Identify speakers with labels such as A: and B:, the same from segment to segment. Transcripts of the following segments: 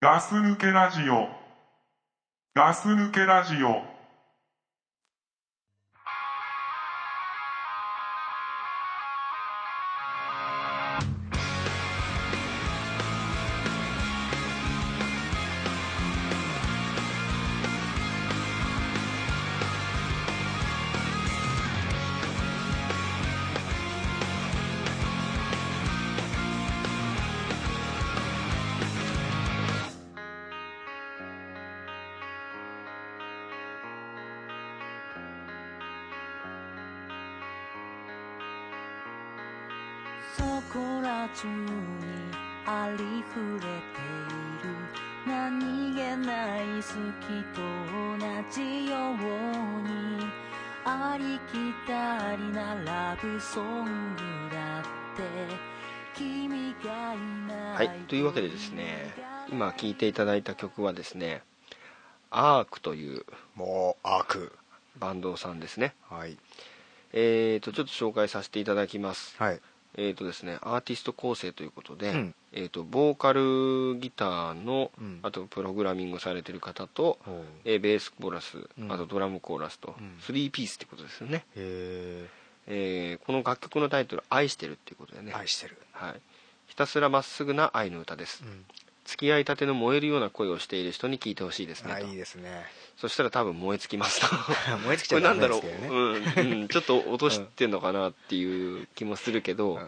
A: ガス抜けラジオ。ガス抜けラジオ。
B: そこら中にありふれている何気ない好きと同じようにありきたりなラブソングだって君がいな
C: はいい、というわけでですね今聴いていただいた曲はですねアークという
D: もう悪
C: バンドさんですね
D: はい
C: えー、とちょっと紹介させていただきます、
D: はい
C: えーとですね、アーティスト構成ということで、
D: うん
C: えー、とボーカルギターの、
D: うん
C: あとプログラミングされてる方と、
D: おう
C: えーベースコーラス、
D: ん
C: あとドラムコーラスと、
D: うん
C: 3ピースってことですよね、
D: へ
C: えーこの楽曲のタイトル「愛してる」っていうことでね、
D: え愛してる
C: はい、ひたすらまっすぐな愛の歌です、付き合いたての燃えるような恋をしている人に聞いてほしいですね
D: あ
C: と
D: いいですね
C: そしたら多分燃え尽きますと
D: 燃え尽きち
C: こ
D: ゃ
C: れ
D: ダ
C: なん
D: メ
C: だろ
D: です
C: う、
D: けどね
C: うん うん、ちょっと落としてんのかなっていう気もするけど、
D: うん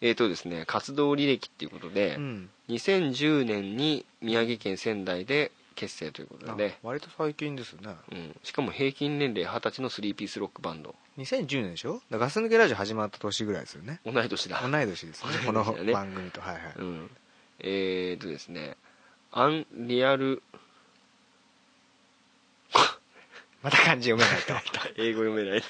C: えーとですね活動履歴っていうことで、
D: うん
C: 2010年に宮城県仙台で結成ということでね
D: あ、割と最近ですよね
C: うん、しかも平均年齢二十歳の3ピースロックバンド
D: 2010年でしょだからガス抜けラジオ始まった年ぐらいですよね
C: 同い年だ
D: 同い年ですね この
C: 同い年だね
D: 番組とはいはい
C: うん、えー、とですねアンリア ル
D: また漢字読めない と
C: 英語読めない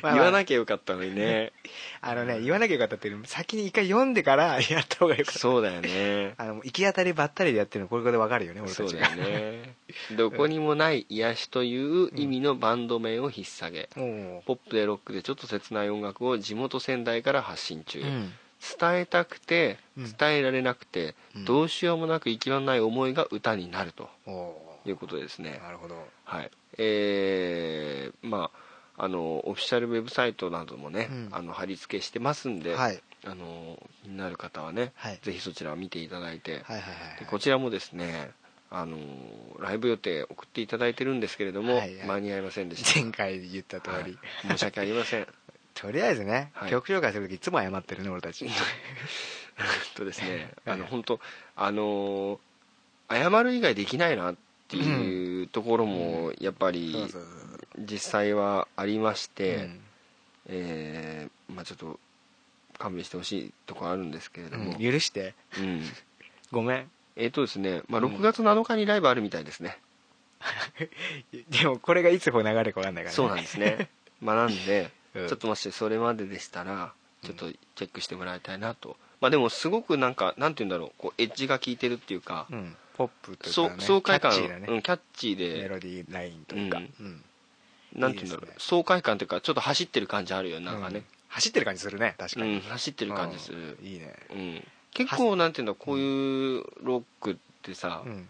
D: まあ
C: 言わなきゃよかったのにね
D: あのね言わなきゃよかったっていうより先に一回読んでから やった方がよかっ
C: そうだよね
D: たあの行き当たりばったりでやってるのこれでわかるよ ね俺
C: そ
D: た
C: う
D: ち
C: だよ
D: が
C: ね どこにもない癒しという意味のバンド名を引っ提げ、
D: も
C: ポップでロックでちょっと切ない音楽を地元仙台から発信中、
D: ううん
C: 伝えたくて
D: うん
C: 伝えられなくて、
D: うん
C: どうしようもなく生きられない思いが歌になると
D: お
C: いうことですね
D: ー、なるほど
C: はいえーまああのオフィシャルウェブサイトなどもね、
D: うん
C: あの貼り付けしてますんで、
D: はい
C: あの気になる方はね、
D: はい
C: ぜひそちらを見ていただいて、
D: はいはいはい
C: でこちらもですねあのライブ予定送っていただいてるんですけれども、
D: はいはい
C: 間に合いませんでした
D: 前回言った通り、
C: はい申し訳ありま せん
D: とりあえずね、
C: はい
D: 曲紹介する時いつも謝ってるね俺たち
C: えっとですね
D: は
C: あ
D: い
C: の本当あの謝る以外できないなっていうところもやっぱり
D: そうそうそう
C: 実際はありまして、
D: うん
C: えーまあちょっと勘弁してほしいところあるんですけれども、
D: うん許して
C: うん
D: ごめん
C: えっ、とですね、まあ、6月7日にライブあるみたいですね、
D: でもこれがいつこう流れるか分かんないから、ね、
C: そうなんですね まあなんで、
D: うん
C: ちょっともしそれまででしたらちょっとチェックしてもらいたいなと、まあでもすごくなんかなんて言うんだろうこうエッジが効いてるっていうか、
D: うん、ポップという
C: そう
D: か、ね、
C: 爽快感
D: キャッチーなね、
C: うん、キャッチー
D: メ
C: で
D: ロディーラインというか、
C: う
D: うんん
C: なんて言うんだろう
D: いいですね
C: 爽快感というかちょっと走ってる感じあるよねなんか
D: う
C: ね
D: ん、走ってる感じするね確
C: う
D: か
C: ん
D: に、
C: 走ってる感じする
D: うん、いいね
C: うん、結構なんて言うんだこういうロックってさ、
D: うん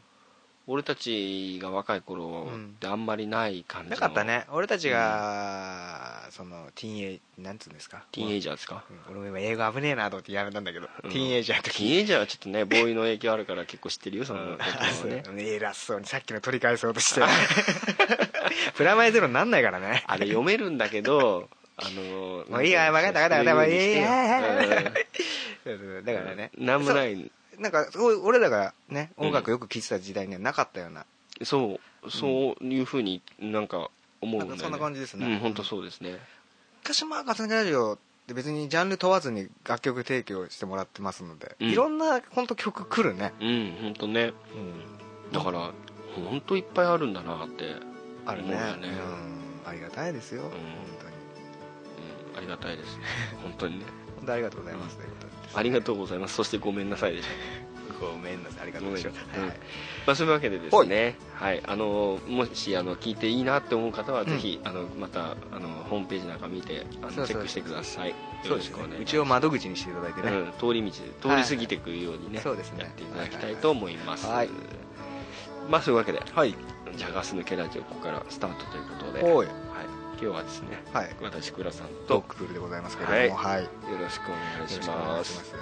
C: 俺たちが若い頃ってあんまりない感じの
D: なかったね俺たちが、そのティーンエイなんつうんですか
C: ティーンエイジャーですか、
D: うん俺も今英語危ねえなと思ってやめたんだけど、
C: うん
D: ティーンエイジャーの
C: テ
D: 時
C: ィーンエイジャーはちょっとねボーイの影響あるから結構知ってるよそのこと
D: あ そう
C: はね
D: 偉そうにさっきの取り返そうとして プラマイゼロになんないからね
C: あれ読めるんだけ ど、あの
D: もういいわ分かった分かった分かったもういい
C: うん
D: そうそうそうだからね
C: なんもない。
D: そうなんかそう俺らがね
C: うん
D: 音楽よく聴いてた時代にはなかったような、
C: そう、そういうふうになんか思うんだよ
D: な
C: ね
D: んかそんな感じですね
C: うん、本当そうですね。
D: 昔まあガス抜けラジオって別にジャンル問わずに楽曲提供してもらってますので、
C: うん
D: いろんな本当曲来るね、
C: うん、本当ね。だから、本当いっぱいあるんだなって、
D: あるね
C: 思うよね
D: うんありがたいですよ、本当に
C: うんありが たいです。本当にね。
D: 本当にありがとうございますということです
C: ありがとうございます。そしてごめんなさいでし
D: ごめんなさいありがとうござい
C: ご
D: ます
C: めん
D: はい
C: まあ、そういうわけでですね、はいあのもしあの聞いていいなって思う方は、
D: ん
C: ぜひあのまたあのホームページなんか見てあの
D: そうそう
C: チェックしてくださいよ
D: そう
C: ろ
D: で
C: し
D: す
C: くお願いし
D: ね
C: ます
D: うちを窓口にしていただいてね、
C: うん、通り道で通り過ぎていくようにね,、
D: はいそうですね
C: やっていただきたいと思います、
D: はい
C: まあそういうわけで
D: はい
C: 「じゃがす抜けラジオ」ここからスタートということで、
D: お
C: はいい、今日はですね
D: はい
C: 私倉さんと
D: ドッグルでございますけれどもはい、よ
C: よろしくお願
D: ろ
C: いし
D: しくお願
C: ま
D: いし
C: す
D: ます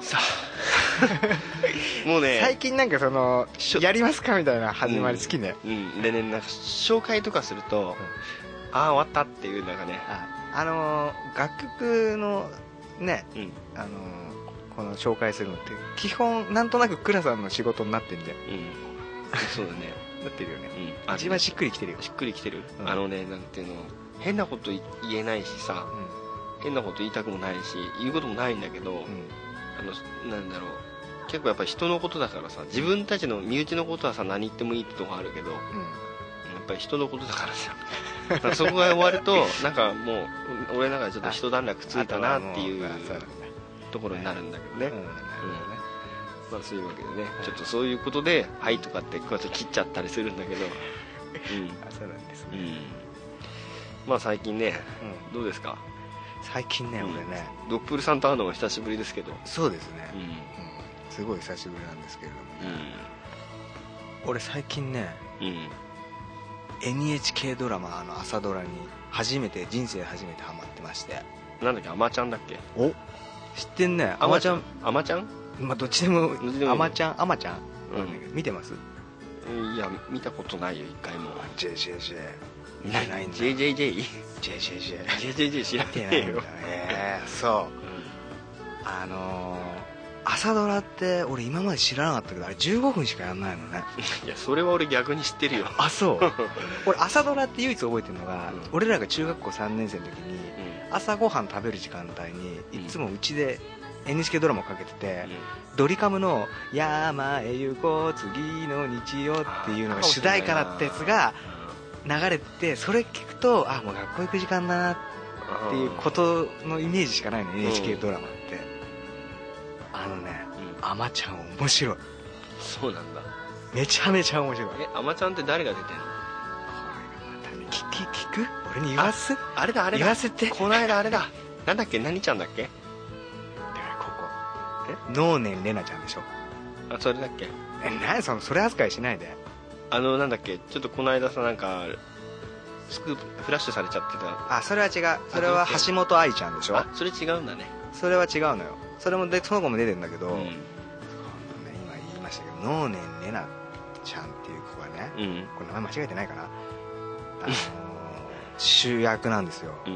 C: さあ もうね
D: 最近なんかその
C: しょ
D: やりますかみたいな始まり好きね、
C: うん、でねなんか紹介とかすると、ああ終わったっていうなんかね
D: ああのー楽曲のね
C: うん
D: あのーこの紹介するのって基本なんとなく倉さんの仕事になってんじゃん
C: うんそうだね
D: なってるよね
C: うん
D: 一番しっくりきてるよ、
C: しっくりきてる、
D: うん
C: あのねなんていうの変なこと言えないしさ
D: うん
C: 変なこと言いたくもないし言うこともないんだけど、
D: うん
C: あのなんだろう結構やっぱり人のことだからさ自分たちの身内のことはさ何言ってもいいってとこあるけどやっぱり人のことだから さなんかそこが終わるとなんかもう俺なんかちょっと一段落ついたなっていう
D: あとはも
C: ところになるんだけどね、
D: ううんなるほどね
C: まあ、そういうわけでねちょっとそういうことで「はい」とかってこうやって切っちゃったりするんだけど
D: あそうなんです
C: うん、う
D: ね、
C: ん、まあ最近ね
D: うん
C: どうですか
D: 最近ね
C: うん
D: 俺ね
C: ドップルさんと会うのが久しぶりですけど
D: そうです
C: うん
D: ね、うんすごい久しぶりなんですけれども俺最近ね
C: うんうん
D: NHK ドラマあの朝ドラに初めて人生初めてハマってまして
C: なんだっけアマちゃんだっけ
D: お知ってんねあまちゃん
C: アマちゃん
D: まあどっちでも
C: どっちでもいい
D: あまちゃんあまちゃん
C: うん
D: わかんないけど見てます
C: うんいや見たことないよ一回も
D: JJJ 見てないんだ
C: JJJ
D: JJJ
C: JJJ 知ら
D: 見て
C: ね
D: な
C: え
D: いんだ
C: よ
D: ええそうあのー朝ドラって俺今まで知らなかったけどあれ15分しかやんないのね
C: うんいやそれは俺逆に知ってるよ
D: あそう 俺朝ドラって唯一覚えてるのが、
C: うん
D: 俺らが中学校3年生の時に
C: うん
D: 朝ごはん食べる時間帯に
C: うん
D: いつもうちで NHK ドラマをかけてて、
C: う
D: ドリカムの「山へ行こう次の日曜」っていうのが主題歌だったやつが流れててそれ聞くとあもう学校行く時間だなって
C: ん
D: っていうことのイメージしかないの NHK
C: うん
D: ドラマってあのね
C: うん
D: 「あまちゃん」面白い
C: そうなんだ
D: めちゃめちゃ面白いこれ
C: えアマちゃんって誰が出てんの
D: がまたね聞き聞く俺に言わす
C: あれだあれだ
D: 言わせて
C: この間あれだなんだっけ何ちゃんだっけ
D: だからここ能年玲奈ちゃんでしょ
C: あそれだっけ
D: え何そのそれ扱いしないで
C: あのなんだっけちょっとこの間さなんかスクープフラッシュされちゃってた
D: あそれは違うそれ
C: あ
D: は
C: そうそう
D: 橋本愛ちゃんでしょ
C: あそれ違うんだね
D: それは違うのよそれもでその子も出てるんだけど、
C: う
D: ね今言いましたけど能年玲奈ちゃんっていう子がね
C: うん
D: これ名前間違えてないかな、あのー 主役なんですよ
C: う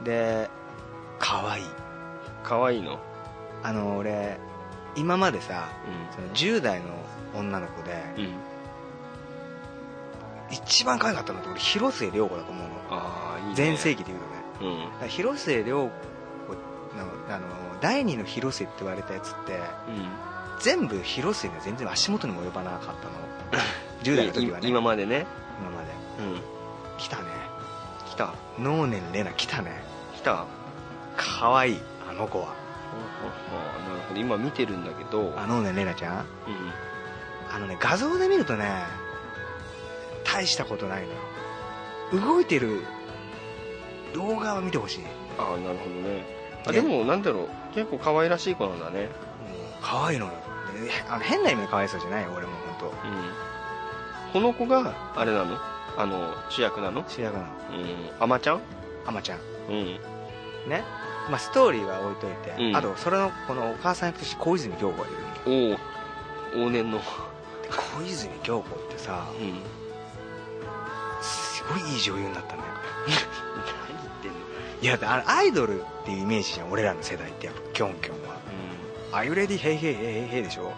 C: ん
D: で可愛い
C: 可愛いの
D: あの俺今までさ
C: う
D: その10代の女の子で
C: んうん
D: 一番可愛かったのって俺広末涼子だと思うの
C: ああいいね
D: 全盛期で言うとね
C: うん
D: だから広末涼子のあの第二の広末って言われたやつって
C: うん
D: 全部広末には全然足元にも及ばな かったの10代の時はね
C: い今
D: 今
C: までね
D: まで
C: うん
D: 来たね
C: 来た
D: 能年玲奈来たね
C: 来た
D: 可愛いあの子は
C: ほうほうほうなるほど今見てるんだけど
D: あ能年玲奈ちゃ
C: う
D: ん
C: ん
D: あのね画像で見るとね大したことないのよ動いてる動画を見てほしい、うん、
C: ああなるほどねあでもなんだろう結構可愛らしい子なんだね
D: 可愛いのよであの変な意味で可愛そうじゃないよ俺も本
C: うんこの子があれなのあの主役なの
D: 当主役なの
C: うんアマちゃん
D: あまちゃん
C: うん
D: ねまあストーリーは置いといて、
C: うん
D: あとそれのこのお母さん役として小泉京子がいるんだ
C: おお往年の
D: で小泉京子ってさ
C: うん
D: すごいいい女優になったね
C: 何言ってんの
D: いやあのアイドルっていうイメージじゃん俺らの世代ってやっぱキョンキョンは「あゆレディヘイヘイヘイヘイヘイ」でしょ
C: うん、うん、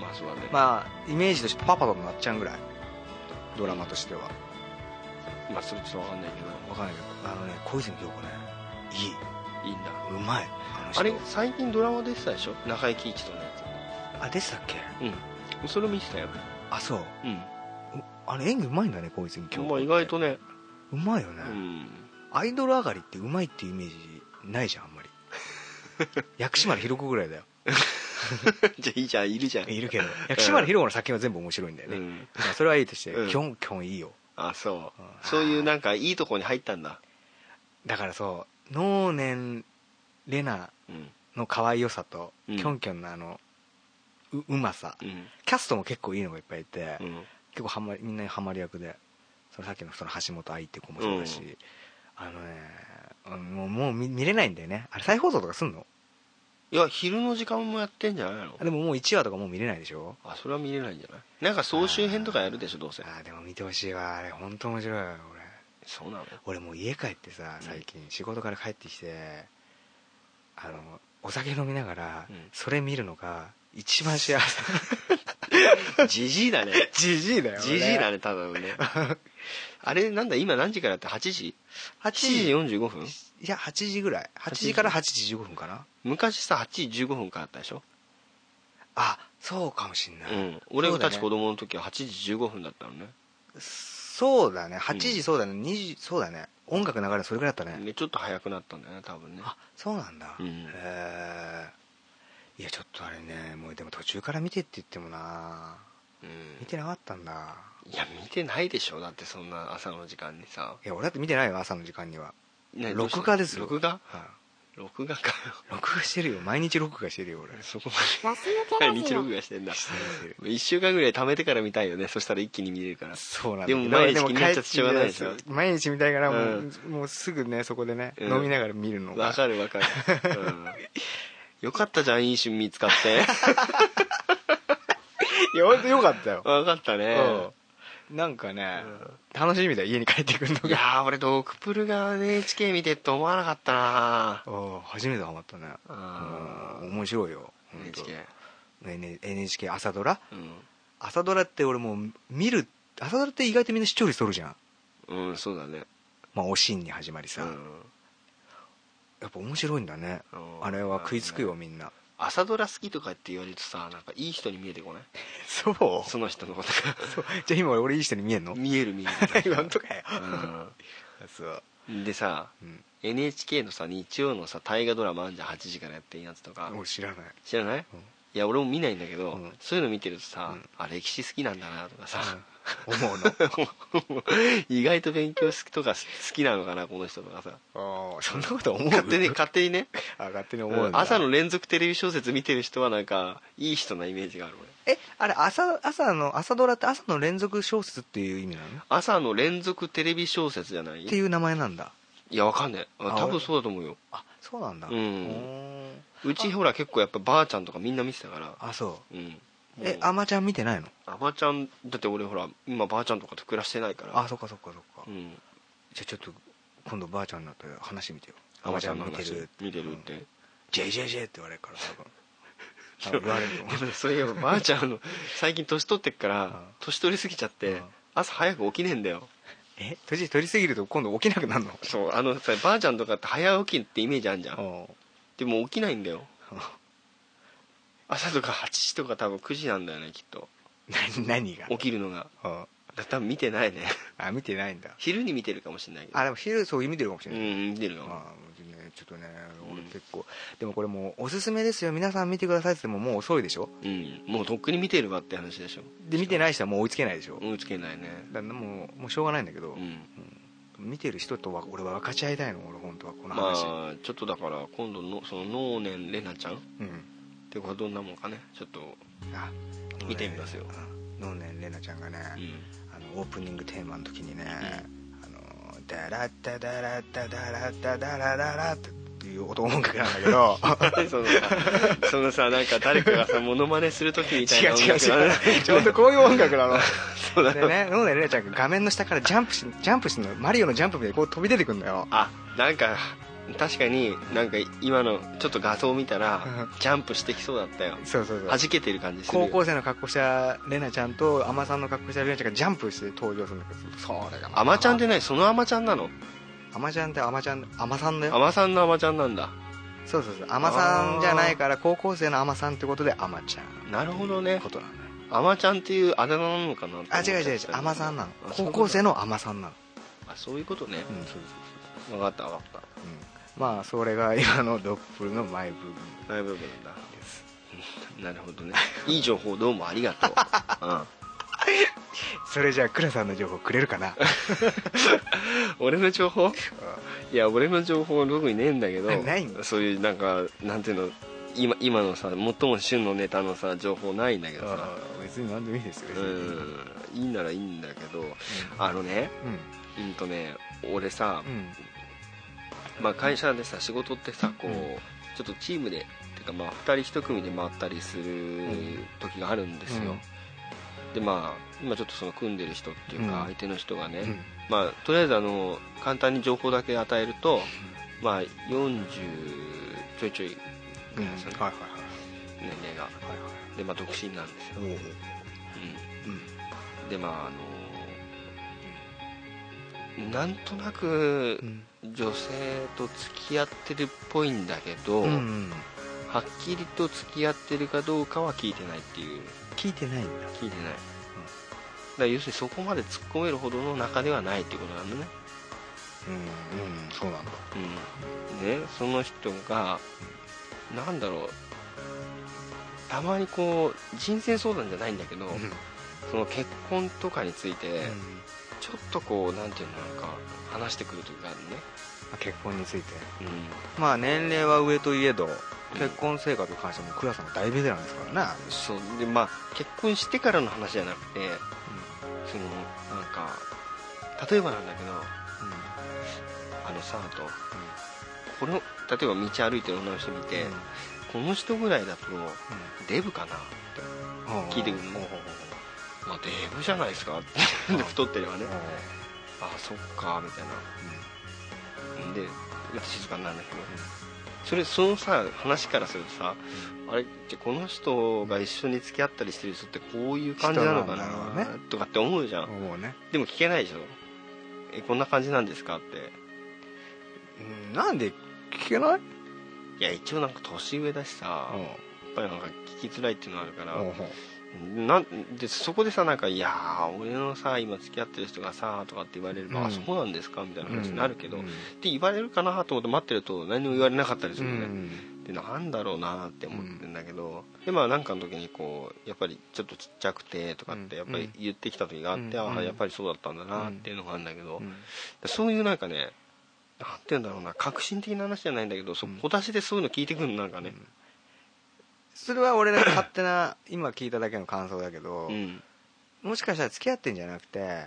C: まあそうだね、ま
D: まあイメージとしてパパとなっちゃうぐらいドラマとしては
C: あそれちょっとわかんないけ
D: わかんないけどあのね小泉京子ねいい
C: どいいんだ
D: うまいあの人
C: あれ最近ドラマ出てたでしょ中井貴一とのや
D: あでしたっけ
C: つそれ見てたよ
D: あそう
C: うん
D: あれ演技うまいんだね小泉京子
C: まあ意外とね
D: うまいよね、
C: うん
D: アイドル上がりってうまいっていうイメージないじゃんあんまり薬師丸ひろ子ぐらいだよ
C: じゃあいいじゃんいるじゃん
D: いるけど薬師丸ひろ子の作品は全部面白いんだよね、
C: うん
D: まあそれはいいとして、
C: うん
D: キョンキョンいいよ
C: あそうそういうなんかいいとこに入ったんだ
D: だからそう能年レナ
C: うん
D: の可愛よさと、
C: うん
D: キョンキョンのあのううまさ
C: うん
D: キャストも結構いいのがいっぱいいて、
C: うん
D: 結構はまみんなハマり役でそのさっきのその橋本愛って子もそうだし、
C: うん
D: あのねうんもうもう見見れないんだよねあれ再放送とかすんの
C: いや昼の時間もやってんじゃないの
D: あでももう1話とかもう見れないでしょ
C: あそれは見れないんじゃないなんか総集編とかやるでしょどうせ
D: あーでも見てほしいわあれ本当面白いわ
C: そうなの
D: 俺俺もう家帰ってさ最近仕事から帰ってきてあのお酒飲みながら
C: うん
D: それ見るのが一番幸せ
C: じ じいだね
D: ジジイだよ
C: じじいだ
D: ね
C: ねただの ねあれなんだ今何時からやって8時
D: 8
C: 7時45分
D: いや8時ぐらい8時から8時15分かな
C: 昔さ8時15分からあったでしょ、
D: あそうかもしん
C: う
D: ない、
C: ん、俺
D: そうだ
C: た
D: ね
C: ち子供の時は8時15分だったのね
D: そうだね8時そうだね、2時そうだね音楽流れそれぐらいだったね、
C: でちょっと早くなったんだよね多分ね
D: あそうなんだ、
C: うん
D: へえいやちょっとあれねもうでも途中から見てって言ってもな
C: うん
D: 見てなかったんだ
C: いや見てないでしょだってそんな朝の時間にさ
D: いや俺だって見てないよ朝の時間には、
C: ね
D: 録画ですよ
C: 録画
D: は
C: 録画かよ
D: い録画してるよ毎日録画してるよ俺
C: そこ
B: ガス抜
C: ま
B: け
C: で
B: ラ
C: 毎日
B: ジオ
C: 録画してんだ
D: してるしてる
C: 1週間ぐらい貯めてから見たいよねそしたら一気に見れるから
D: そうなんだ
C: でも毎日気になっちゃってしょうがないですよ
D: 毎日見たいからもう,、
C: う
D: もうすぐねそこでね、
C: うん
D: 飲みながら見るのが
C: わかるわかる、 うんよかったじゃんいい趣味見つかって
D: いや本当よかったよ、
C: わかったね、
D: うんなんかね、楽しみだよ家に帰ってくるの
C: い
D: が
C: やー俺ドクプルが NHK 見てって思わなかったな
D: ああ初めてハマったね
C: あー
D: うん面白いよ本当
C: NHK
D: ね N- NHK 朝ドラ
C: う
D: 朝ドラって俺もう見る朝ドラって意外とみんな視聴率取るじゃん
C: ん、うん、そうだね
D: まあおしんに始まり
C: う
D: さ、
C: ん
D: やっぱ面白いんだね
C: うん
D: あれは食いつくよみんな
C: 朝ドラ好きとかって言われるとさなんかいい人に見えてこない
D: そう
C: その人のこと
D: そうじゃあ今俺いい人に見えん
C: が
D: の
C: 見える見える
D: 本当かよ、そう、
C: うんでさ
D: うん、
C: NHK のさ日曜のさ大河ドラマあんじゃん8時からやってんやつとか
D: 俺知らない
C: 知らない、
D: うん
C: いや俺も見ないんだけど、
D: うん
C: そういうの見てるとさ、
D: うん
C: あ歴史好きなんだなとかさ、
D: うん思うの
C: 意外と勉強好きとか好きなのかなこの人とか さ
D: ああそんなこと思う
C: 勝手に勝手にね
D: あ勝手に思うんだ、
C: 朝の連続テレビ小説見てる人はなんかいい人なイメージがある俺
D: えあれ朝朝の朝ドラって朝の連続小説っていう意味なのっ
C: 朝の連続テレビ小説じゃない
D: て
C: い
D: いう名前なんだ
C: やわかんないあ
D: あ
C: 多分そうだと思うよ
D: あそうなんだ
C: うん
D: おー
C: うちほら結構やっぱばあちゃんとかみんな見てたから
D: あそ
C: うん
D: うえ
C: あ
D: あまちゃん見てないの
C: ばちゃんだって俺ほら今ばあちゃんとかと暮らしてないから
D: あそっかそっかそっか
C: うん
D: じゃあちょっと今度ばあちゃんになって話してみてよ
C: あばちゃんの
D: 見て
C: 話
D: る
C: 見てるって、
D: 「JJJ」って言われるから 多分多分言われると思
C: でもそう いえばばあちゃんあの最近年取ってっから
D: ん
C: 年取りすぎちゃって
D: うん
C: 朝早く起きねえんだよ
D: え年取りすぎると今度起きなくなるの
C: そうあのさばあちゃんとかって早起きってイメージあんじゃん
D: お
C: でも起きないんだよ
D: うん
C: 朝とか8時とか多分9時なんだよねきっと
D: 何何が
C: 起きるのが
D: うん
C: だ多分見てないね
D: あ見てないんだ
C: 昼に見てるかもしれないけど
D: あでも昼そう見てるかもし
C: う
D: れない
C: ん見てるかも
D: まあねちょっとね俺結構、でもこれもうおすすめですよ皆さん見てくださいって言ってももう遅いでしょ
C: うんもうとっくに見てるわって話でしょ
D: で見てない人はもう追いつけないでしょ、
C: 追いつけないね
D: だからもうもうしょうがないんだけど、
C: うん
D: 見てる人とは俺は分かち合いたいの俺本当はこの
C: ま
D: 話、
C: あちょっとだから今度のその能年玲奈ちゃんっ
D: うん
C: て子はどんなもんかねちょっと
D: あ
C: 見てみますよ
D: うん能年玲奈ちゃんがね、
C: うん
D: あのオープニングテーマの時にね「あのダラッタダラッタダラッタダラララ」っていう音音楽なんだ けど
C: そのさそのさなんか誰かがさモノマネする時みたい
D: 違
C: な
D: う
C: 音
D: 違う
C: 楽だね
D: 違うちょっとこういう音楽なの
C: そうだ
D: でね、ノーネレナちゃんが画面の下からジャンプし、ジャンプしてんの、マリオのジャンプみたいにこう飛び出てくんだよ。
C: あなんか確かになんか今のちょっと画像見たら
D: うん
C: ジャンプしてきそうだったよ
D: そうそうそう
C: 弾。けてる感じするよ
D: 高校生の格好したレナちゃんとアマさんの格好したレナちゃんがジャンプして登場するんだけど、それが
C: アマちゃんってないそのアマちゃんなの
D: アマちゃんってアマちゃん、アマさんだ
C: ア
D: よ。
C: マさんのアマちゃんなんだ
D: そうそうそう。アマさんじゃないから、高校生のアマさんってことでアマちゃん。
C: なるほどね
D: ことなんだよ。
C: アマちゃんっていうあだ名なのかな
D: あ、違う違う違う。アマさんなの。高校生
C: の
D: のアマさんなの。
C: あそういうことね
D: うん、そうそう
C: 分かった分かった
D: そう。うん。まあそれが今のドップルの前部分
C: 大部分なんだ
D: です
C: なるほどねいい情報どうもありがとう、うん、
D: それじゃあ倉さんの情報くれるかな
C: 俺の情報いや俺の情報特にねえんだけど
D: ないんだ
C: そういうなんかなんていうの今今のさ最も旬のネタのさ情報ないんだけどさ
D: 別に何でもいいですよ別
C: う
D: に
C: んいいならいいんだけどあのねうんとね俺さ、
D: うんうん
C: まあ、会社でさ仕事ってさこう、
D: うん
C: ちょっとチームでっていうかまあ2人1組で回ったりする時があるんですよ、でまあ今ちょっとその組んでる人っていう
D: う
C: か
D: ん
C: 相手の人がね、
D: うん
C: まあ、とりあえずあの簡単に情報だけ与えると、まあ、40ちょいちょい
D: うん
C: ねその
D: はいはいはい
C: 年齢が
D: はいはい
C: で、まあ、独身なんですよ、
D: おう
C: うんでまああのなんとなく
D: うん
C: 女性と付き合ってるっぽいんだけど、
D: うん
C: はっきりと付き合ってるかどうかは聞いてないっていう
D: 聞いてないんだ
C: 聞いてない、だから要するにそこまで突っ込めるほどの中ではないっていうことなんだね
D: うんうんそうなんだ
C: うんねその人がなんだろうたまにこう人生相談じゃないんだけど、その結婚とかについて、
D: うん
C: ちょっとこうなんていうのなんか話してくる時があるね
D: あ結婚について
C: うん
D: まあ年齢は上といえど結婚生活に関しても倉さんも大ベテランですからな
C: そうでまあ結婚してからの話じゃなくてそのなんか例えばなんだけどあのさあと、この例えば道歩いてる女の人見て、この人ぐらいだとデブかな聞いてくるのまあ、デブじゃないですか 太ってればねあそっかみたいなんでまた静かになるんだけど、それそのさ話からするとさ、あれじゃあこの人が一緒に付き合ったりしてる人ってこういう感じなのかな
D: 人なんだろう
C: とかって思うじゃん、
D: もうね
C: でも聞けないでしょえこんな感じなんですかって
D: うんなんで聞けない
C: いや一応なんか年上だしさ、やっぱりなんか聞きづらいっていうのがあるから、なんでそこでさなんか「いやー俺のさ今付き合ってる人がさ」とかって言われれば「
D: うん
C: あそうなんですか」みたいな話になるけど、
D: う
C: っ
D: ん
C: て言われるかなと思って待ってると何も言われなかったりす
D: う
C: るのね、
D: ん
C: でなんだろうなって思ってんだけど、でまあなんかの時にこうやっぱりちょっとちっちゃくてとかってやっぱり言ってきた時があって、
D: うん
C: あ
D: う
C: あ
D: ん
C: やっぱりそうだったんだなっていうのがあるんだけど、
D: うん
C: でそういうなんかねなんて言うんだろうな革新的な話じゃないんだけどそう
D: うん
C: 小出しでそういうの聞いてくるのなんかね
D: それは俺の勝手な今聞いただけの感想だけど
C: うん、
D: もしかしたら付き合ってんじゃなくて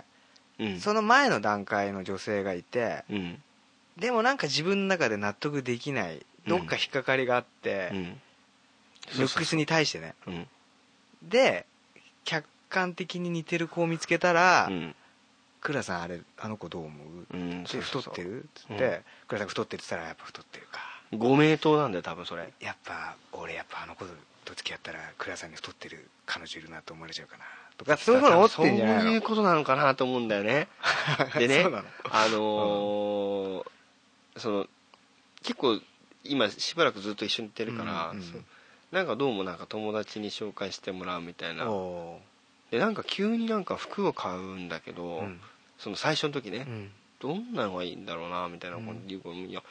C: うん
D: その前の段階の女性がいて
C: うん
D: でもなんか自分の中で納得できないどっか引っかかりがあって
C: う
D: ル
C: ん
D: ックスに対してね
C: うん
D: で客観的に似てる子を見つけたら
C: うん
D: 「倉、さんあれあの子どう思
C: う
D: う?」
C: ん
D: で太って
C: る
D: る?」っつって
C: うん
D: 「倉、さん太ってる」って言ったら「やっぱ太ってるか
C: ご名答なんだよ多分それ
D: やっぱ俺やっぱあの子と付き合ったら倉さんに太ってる彼女いるなと思われちゃうかな」とかそういうふうに思ってんじゃない
C: そ
D: の
C: ういうことなのかなと思うんだよ ねでね
D: そうなの
C: あのーその結構今しばらくずっと一緒に行ってるから、
D: うんうん
C: そうなんかどうもなんか友達に紹介してもらうみたいな
D: お
C: でなんか急になんか服を買うんだけど、
D: ーうん
C: その最初の時ね、
D: うん
C: どんなのがいいんだろうなみたいなこと言うから、いや、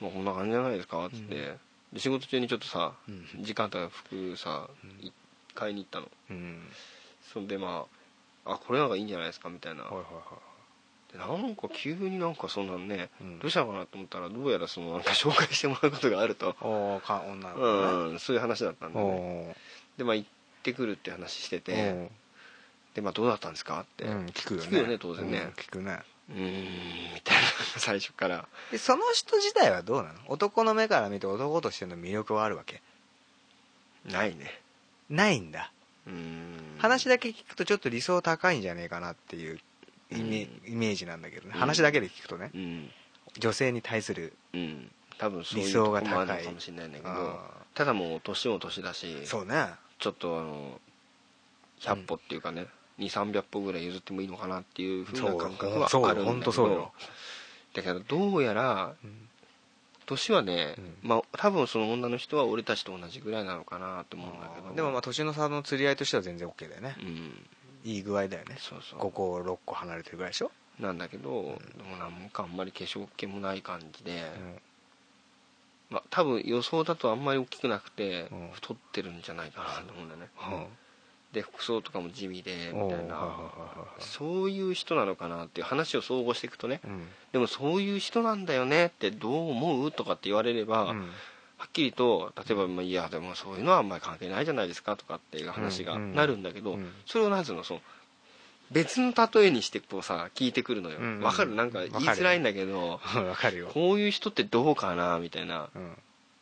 C: まあ、こんな感じじゃないですかっつって、
D: う
C: で仕事中にちょっとさ、
D: うん
C: 時間あったから服さ、い買いに行ったの
D: うん
C: そんでまああこれなんかいいんじゃないですかみたいな、
D: はいはいは
C: でなんか急になんかそんなんね、
D: うん
C: どうしたのかなと思ったらどうやらそのなんか紹介してもらうことがあると、
D: いおーか女の子ね
C: うん、そういう話だったんで、ね、
D: おー
C: でまあ行ってくるって話してて、
D: おー
C: でまあどうだったんですかって、
D: うん聞くよね
C: 聞くよね当然ね
D: うん聞くね
C: うーんみたいな最初から
D: でその人自体はどうなの男の目から見て男としての魅力はあるわけ
C: ないね
D: ないんだ
C: うーん
D: 話だけ聞くとちょっと理想高いんじゃねえかなっていうイメ,、イメージなんだけどね話だけで聞くとね
C: うん
D: 女性に対する
C: うん多分そういう
D: 理
C: とこ
D: 想
C: もあ
D: が
C: る
D: 高い
C: のかもしれないんだけど
D: あー
C: ただもう年も年だし
D: そうね
C: ちょっとあの100歩っていうかね、2300歩ぐらい譲ってもいいのかなっていうふうな感覚は
D: そう
C: あるんだ
D: 本
C: け
D: 当そう
C: ど
D: よ
C: だけどどうやら
D: うん
C: 年はね、
D: うん
C: まあ多分その女の人は俺たちと同じぐらいなのかなと思うんだけど
D: でもまあ年の差の釣り合いとしては全然 OK だよね
C: うん
D: いい具合だよね
C: そうそう
D: 5個6個離れてるぐらいでしょ
C: なんだけど、でもなんかあんまり化粧気もない感じで、
D: うん
C: まあ、多分予想だとあんまり大きくなくて、
D: うん
C: 太ってるんじゃないかなと思うんだよね
D: うん
C: で服装とかも地味で
D: お
C: みた
D: ーはい
C: い
D: はい
C: な
D: はいはい
C: そういう人なのかなっていう話を総合していくとね
D: うん
C: でもそういう人なんだよねってどう思うとかって言われれば、
D: う
C: は
D: ん
C: っきりと例えば、まあ、いやでもそういうのはあんまり関係ないじゃないですかとかっていう話が
D: うん
C: なるんだけど、
D: うん
C: それをなんつうのその別の例えにしてこうさ聞いてくるのよわ、
D: うん
C: かるなんか言いづらいんだけど
D: うんわかるよ、
C: こういう人ってどうかなみたいな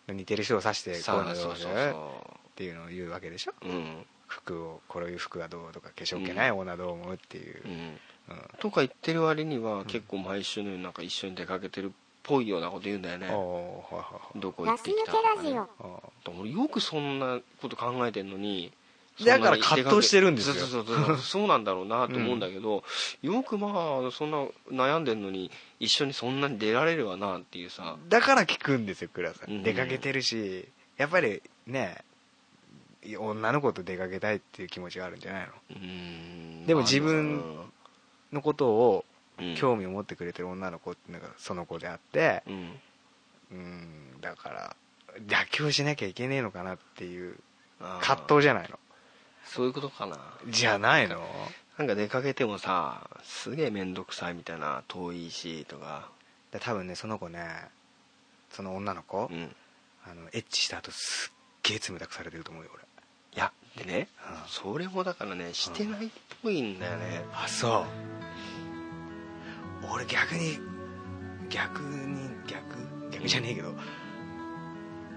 D: うん、似てる人を指してこう
C: さ
D: な
C: あ
D: の
C: そうそう
D: っ
C: そ
D: ていうのを言うわけでしょ
C: ううん
D: 服をこういう服はどうとか化粧気ない女どう思うっていう
C: う、ん
D: うん
C: とか言ってる割には結構毎週のようになんか一緒に出かけてるっぽいようなこと言うんだよね
D: おーはいはい
C: どこ行
E: ガ
C: っ
E: ス
C: てき
E: 抜
C: た
E: けラジオ。
C: ね
D: はいあ
C: 俺よくそんなこと考えてんのに
D: だから葛藤してるんですよ
C: そうそうそう そうそうなんだろうなと思うんだけど、よくまあそんな悩んでんのに一緒にそんなに出られるわなっていうさ
D: ーだから聞くんですよ倉さ
C: うん
D: ん出かけてるしやっぱりね女の子と出かけたいっていう気持ちがあるんじゃないの
C: うーん
D: でも自分のことを
C: うん
D: 興味を持ってくれてる女の子っていうのがその子であって
C: うん
D: うんだから妥協しなきゃいけねえのかなっていう
C: あー
D: 葛藤じゃないの
C: そういうことかな
D: じゃないの
C: なんか出かけてもさすげえ面倒くさいみたいな遠いしとか
D: だ多分ねその子ねその女の子、
C: うん
D: あのエッチした後すっげえ冷たくされてると思うよ俺
C: いやでね、
D: うん
C: それもだからねしてないっぽいんだよね、
D: あそう俺逆に逆に逆逆じゃねえけど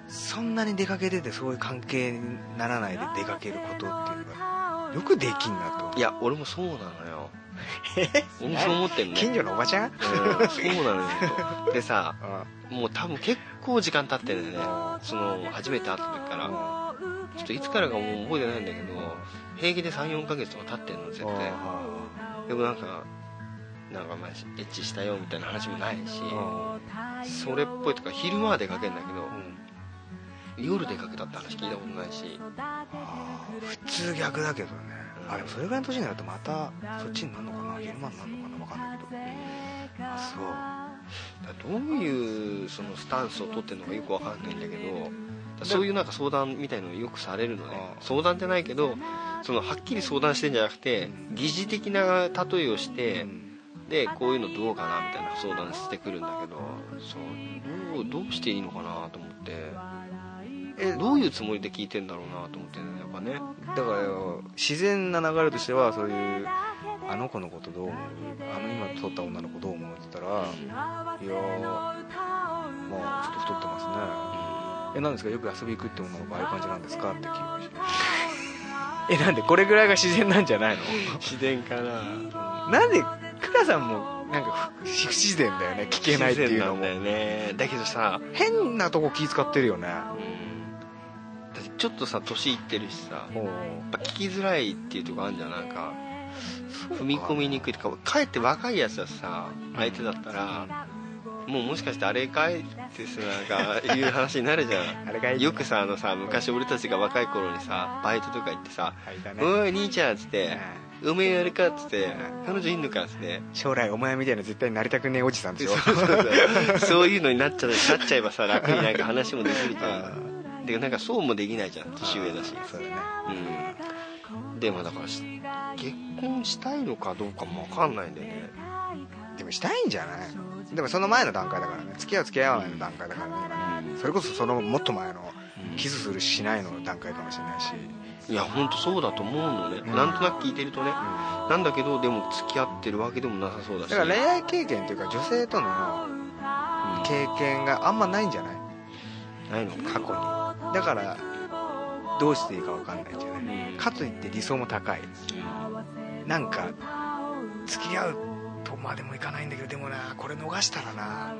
D: そんなに出かけててそういう関係にならないで出かけることっていうのがよくできんなと
C: いや俺もそうなのよ 俺もそう思ってんのね
D: 近所のおばちゃん
C: うんそうなのよでさもう多分結構時間経ってんだよねその初めて会った時からちょっといつからかもう覚えてないんだけど平気で34ヶ月とか経ってんの絶対でもなんかなんかまあエッチしたよみたいな話もないしそれっぽいとか昼間は出かけんだけど、夜出かけたって話聞いたことないし
D: 普通逆だけどねあでもそれぐらいの年になるとまたそっちになるのかな昼間になるのかな分かんないけどあそう
C: だからどういうそのスタンスを取ってるのかよくわかんないんだけどだからそういうなんか相談みたいのをよくされるのね
D: あー
C: 相談じゃないけどそのはっきり相談してんじゃなくて
D: うん
C: 疑似的な例えをして
D: うん
C: でこういうのどうかなみたいな相談してくるんだけどそうどうどうしていいのかなと思ってえどういうつもりで聞いてんだろうなと思ってねやっぱね
D: だからよ自然な流れとしてはそういう「あの子のことどう思うあの今撮った女の子どう思う?」って言ったら「いやーまあちょっと太ってますね」「えなんですかよく遊び行くって女の子ああいう感じなんですか?」って聞くしえなんでこれぐらいが自然なんじゃない の
C: 自然かな
D: なんでクラさんもなんか不不自然だよね聞けないっていうのも
C: だよねだけどさ
D: 変なとこ気使ってるよ
C: う
D: ね
C: んだってちょっとさ年いってるしさ
D: もう
C: やっぱ聞きづらいっていうとこあるんじゃんなんか踏み込みにくいとかかえって若いやつはさ相手だったら、もうもしかしてあれかいってさなんかいう話になるじゃん
D: あれがいい
C: よくさあのさ昔俺たちが若い頃にさバイトとか行ってさ
D: あれだ
C: 「
D: ね
C: おい兄ちゃん」っつっ
D: う
C: て
D: ん
C: 「おめえやるか」っつって「彼女いんのか」っつって
D: 将来お前みたいな絶対になりたくねえおじさんでし
C: そう
D: ょ
C: そうそうそういうのになっちゃうなっちゃえばさ楽になんか話もできるじゃんでなんかそうもできないじゃん年上だし
D: そうだね
C: うんでもだからし結婚したいのかどうかも分かんないんだよね
D: でもしたいんじゃないでもその前の段階だからね付き合う付き合わないの段階だからね今ねそれこそそのもっと前のキスするしないの段階かもしれないし
C: いやほんとそうだと思うのね、
D: うん
C: なんとなく聞いてるとね、なんだけどでも付き合ってるわけでもなさそうだし
D: だから恋愛経験というか女性との経験があんまないんじゃない
C: ないの
D: 過去にだからどうしていいか分かんないんじゃないかといって理想も高いなんか付き合うとまでもいかないんだけどでもなこれ逃したらな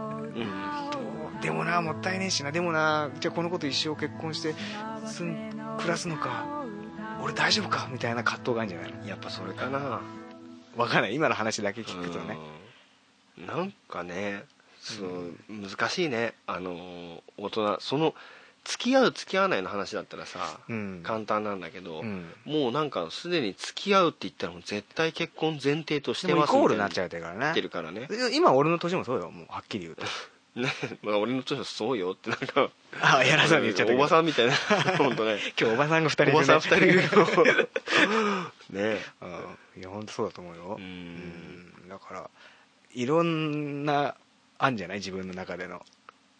C: うん
D: でもなもったいねえしなでもなじゃあこの子と一生結婚してすん暮らすのか俺大丈夫かみたいな葛藤があるんじゃないの
C: やっぱそれかな
D: 分かんない今の話だけ聞くとね
C: うんなんかねそう難しいねあの大人その付き合う付き合わないの話だったらさ、
D: うん
C: 簡単なんだけど、
D: うん
C: もうなんかすでに付き合うって言ったらもう絶対結婚前提とし
D: で
C: て
D: もイ
C: ます
D: コール
C: みた
D: にないっちゃう
C: な
D: てから
C: って
D: ね
C: るからね
D: 今俺の年もそうよもうはっきり言うと
C: ね、まあ、俺の年はそうよってなんか
D: あやらさん言っちゃった
C: おば
D: ん
C: さんみたい な本当ね
D: 今日おばさんが2人いる
C: おばさん2人いるの ね
D: うんいや本当そうだと思うよ
C: う
D: うんんだからいろんなあんじゃない自分の中での、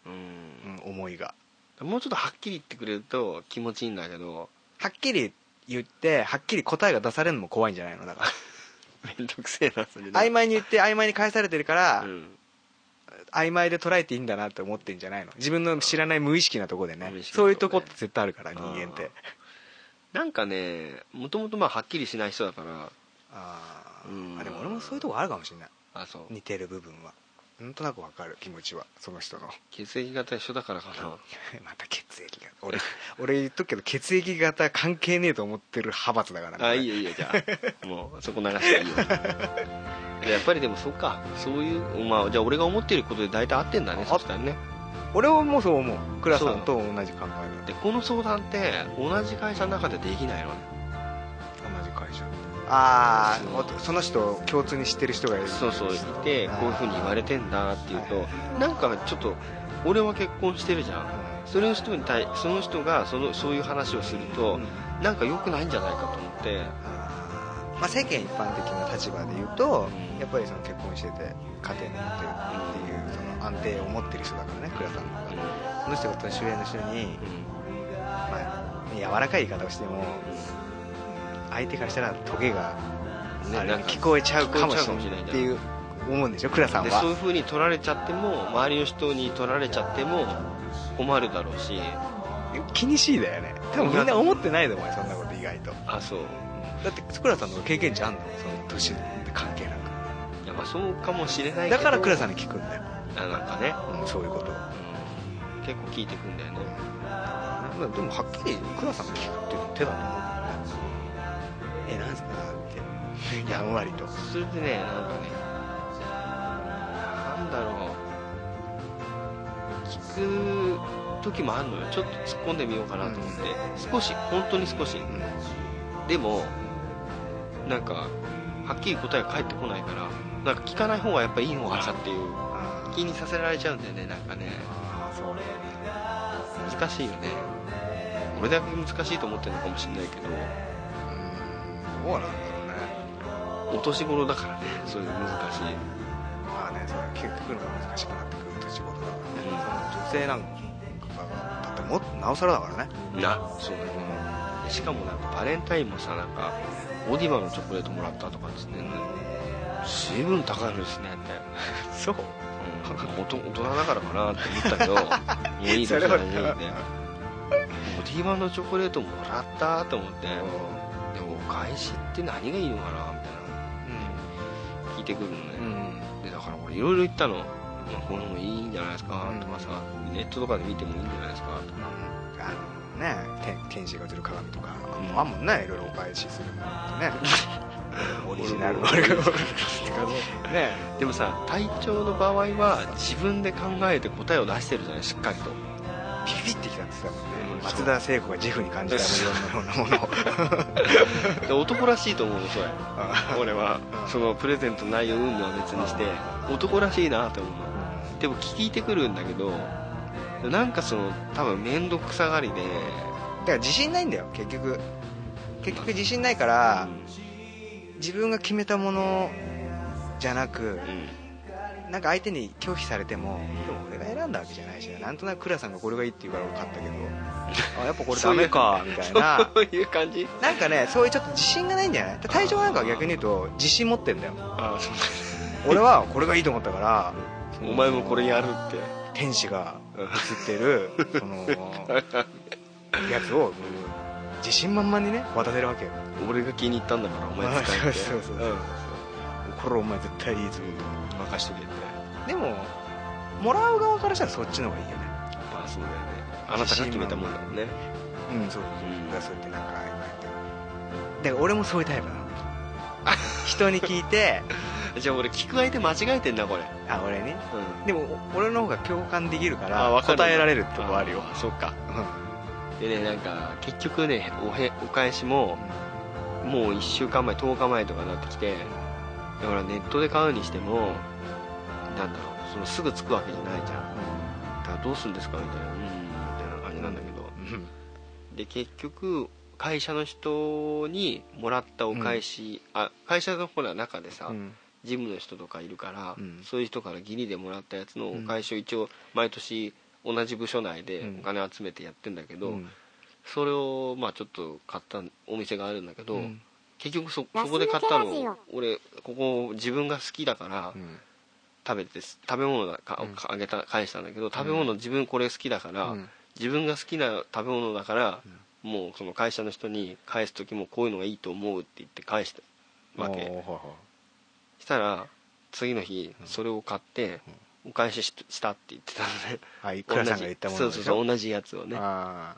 C: うん
D: うん思いが
C: もうちょっとはっきり言ってくれると気持ちいいんだけど
D: はっきり言ってはっきり答えが出されるのも怖いんじゃないのだか
C: めんどくせえなそれね
D: ら曖昧に言って曖昧に返されてるから、
C: うん
D: 曖昧で捉えていいんだなって思ってんじゃないの自分の知らない無意識なとこでね
C: 無意識なとこね
D: そういうとこって絶対あるから人間って
C: なんかねもともとまあはっきりしない人だから
D: あ
C: うん
D: ーあでも俺もそういうとこあるかもしれない
C: あそう
D: 似てる部分はなんとなくわかる気持ちはその人の
C: 血液型一緒だからかな
D: また血液が俺俺言っとくけど血液型関係ねえと思ってる派閥だから ね
C: あいいよいいよじゃあ もうそこ流していい よじゃあやっぱりでもそうかそういうまあじゃあ俺が思っていることで大体合ってんだね
D: あ
C: そしたらね
D: 俺はもうそう思う倉さんと同じ考え
C: でこの相談って同じ会社の中でできないのね
D: だ同じ会社あ
C: そう
D: あその人を共通に知ってる人がいる
C: そうそういてこういうふうに言われてんだっていう
D: は
C: となんかちょっと俺は結婚してるじゃんそれの人に対その人がそのそういう話をすると、
D: うん
C: なんか良くないんじゃないかと思って
D: あーまあ、世間一般的な立場で言う
C: う
D: と
C: ん
D: やっぱりその結婚してて家庭持ってるっていうその安定を持ってる人だからね倉さんがその人が年上の人に、まあ、柔らかい言い方をしても相手からしたらトゲが
C: ね
D: あれ
C: なんか
D: 聞こえちゃうかも
C: 聞
D: しれ
C: こえちゃうかもしれ
D: な
C: ない
D: い
C: ん
D: っ
C: だ
D: ていう思うんでしょ倉さん
C: でそういう
D: は
C: 風に取られちゃっても周りの人に取られちゃっても困るだろうし
D: 気にしいだよね多分みんな思ってないと思うよそんなこと意外と
C: あそう
D: だって倉さんの経験値あんのその年関係なく
C: いやまあそうかもしれないけ
D: だ
C: ど
D: から倉さんに聞くんだよ、
C: あなんかね、
D: うん、そういうことを
C: うん結構聞いてくんだよね
D: まあでもはっきり倉さんが聞くっていうのも手だと思うけどねえなんすかってやんわりと
C: それでねなんかねなんだろう聞く時もあるのよちょっと突っ込んでみようかなと思って、少し本当に少し
D: うん
C: でもなんかはっきり答えが返ってこないからなんか聞かない方がやっぱいいのかなっていう
D: あ
C: 気にさせられちゃうんだよねなんかね
D: あそうね
C: 難しいよね俺だけ難しいと思ってるのかもしれないけど
D: うんどうなんだろう
C: お
D: ね
C: 年頃だからねそういうの難しい
D: まあねそれ結局のが難しくなってくると仕事だからね、
C: うん
D: その女性なんかがだってもっとなおさらだからね
C: なそうだねでしかもなんかバレンタインもさなんかオディバのチョコレートもらったとかっつってんのに随分高いのですねって、
D: そう
C: うん、おと大人だからかなって思ったけ どいやいい年だねいいねオディバのチョコレートもらったと思ってでもお返しって何がいいのかなみたいな聞いてくるのね、
D: うんうん
C: でだから俺いろいろ言ったの、まあ、これもいいんじゃないですかとかさ、ネットとかで見てもいいんじゃないですかとか
D: あのね天天使が出る鏡とか
C: うん
D: あんもんねいろいろお返しするものってねオリジナルの
C: 俺
D: 俺
C: も
D: がねえ
C: でもさ体調の場合は自分で考えて答えを出してるじゃないしっかりと
D: ビビってきたって言ってたもん
C: うん
D: ね松田聖子が自負に感じたもんいろん なものを
C: で男らしいと思うのそれ俺は
D: うん
C: そのプレゼント内容運動は別にして男らしいなと思うのでも聞いてくるんだけどなんかその多分面倒くさがりで
D: だから自信ないんだよ結局結局自信ないから自分が決めたものじゃなく
C: うん
D: なんか相手に拒否されてもでも俺が選んだわけじゃないしなんとなく倉さんがこれがいいって言うから俺買ったけどあやっぱこれダメかみたいな
C: そういう感じ
D: なんかねそういうちょっと自信がないんじゃない体調なんかは逆に言うと自信持ってんだよ
C: あそう
D: 俺はこれがいいと思ったから
C: お前もこれやるって
D: 天使が映ってるそのやつを自信満々にね渡せるわけよ
C: 俺が気に入ったんだからお前使えって
D: そうそうそうそうんこれお前絶対いいぞ
C: 任しとけって
D: でももらう側からしたらそっちの方がいいよね
C: まあそうだよねあなたが決めたもんだもんね
D: うんそうだからそうやってなんか曖昧ってだから俺もそういうタイプなの人に聞いて
C: じゃあ俺聞く相手間違えてんなこれ
D: あ俺に
C: うん
D: でもお俺の方が共感できるか
C: あわ
D: ら
C: かる
D: 答えられるとこあるよ
C: あそうか
D: うん
C: でねなんか結局ねおへお返しももう1週間前10日前とかになってきてだからネットで買うにしてもなんだろうそのすぐつくわけじゃないじゃん
D: う
C: だからどうするんですかみたいなうんみたいな感じなんだけど
D: ん
C: で結局会社の人にもらったお返し、あ会社のほら中でさ、
D: うん
C: ジムの人とかいるから、
D: うん
C: そういう人から義理でもらったやつのお返しを一応毎年同じ部署内で
D: うん
C: お金を集めてやってんだけど、
D: うん
C: それをまあちょっと買ったお店があるんだけど、
D: うん
C: 結局そそこで買ったの俺ここ自分が好きだから
D: うん
C: 食べてす食べ物だか、
D: うん
C: あげた返したんだけど食べ物自分これ好きだから、
D: うん
C: 自分が好きな食べ物だから、もうその会社の人に返す時もこういうのがいいと思うって言って返したわ
D: あー
C: け
D: はいは
C: したら次の日それを買ってお返しししたって言ってたので
D: いはい倉さんが言ったもの
C: 同
D: で
C: じ
D: し
C: そうそうそ
D: ょ
C: う同じやつをね、
D: ああ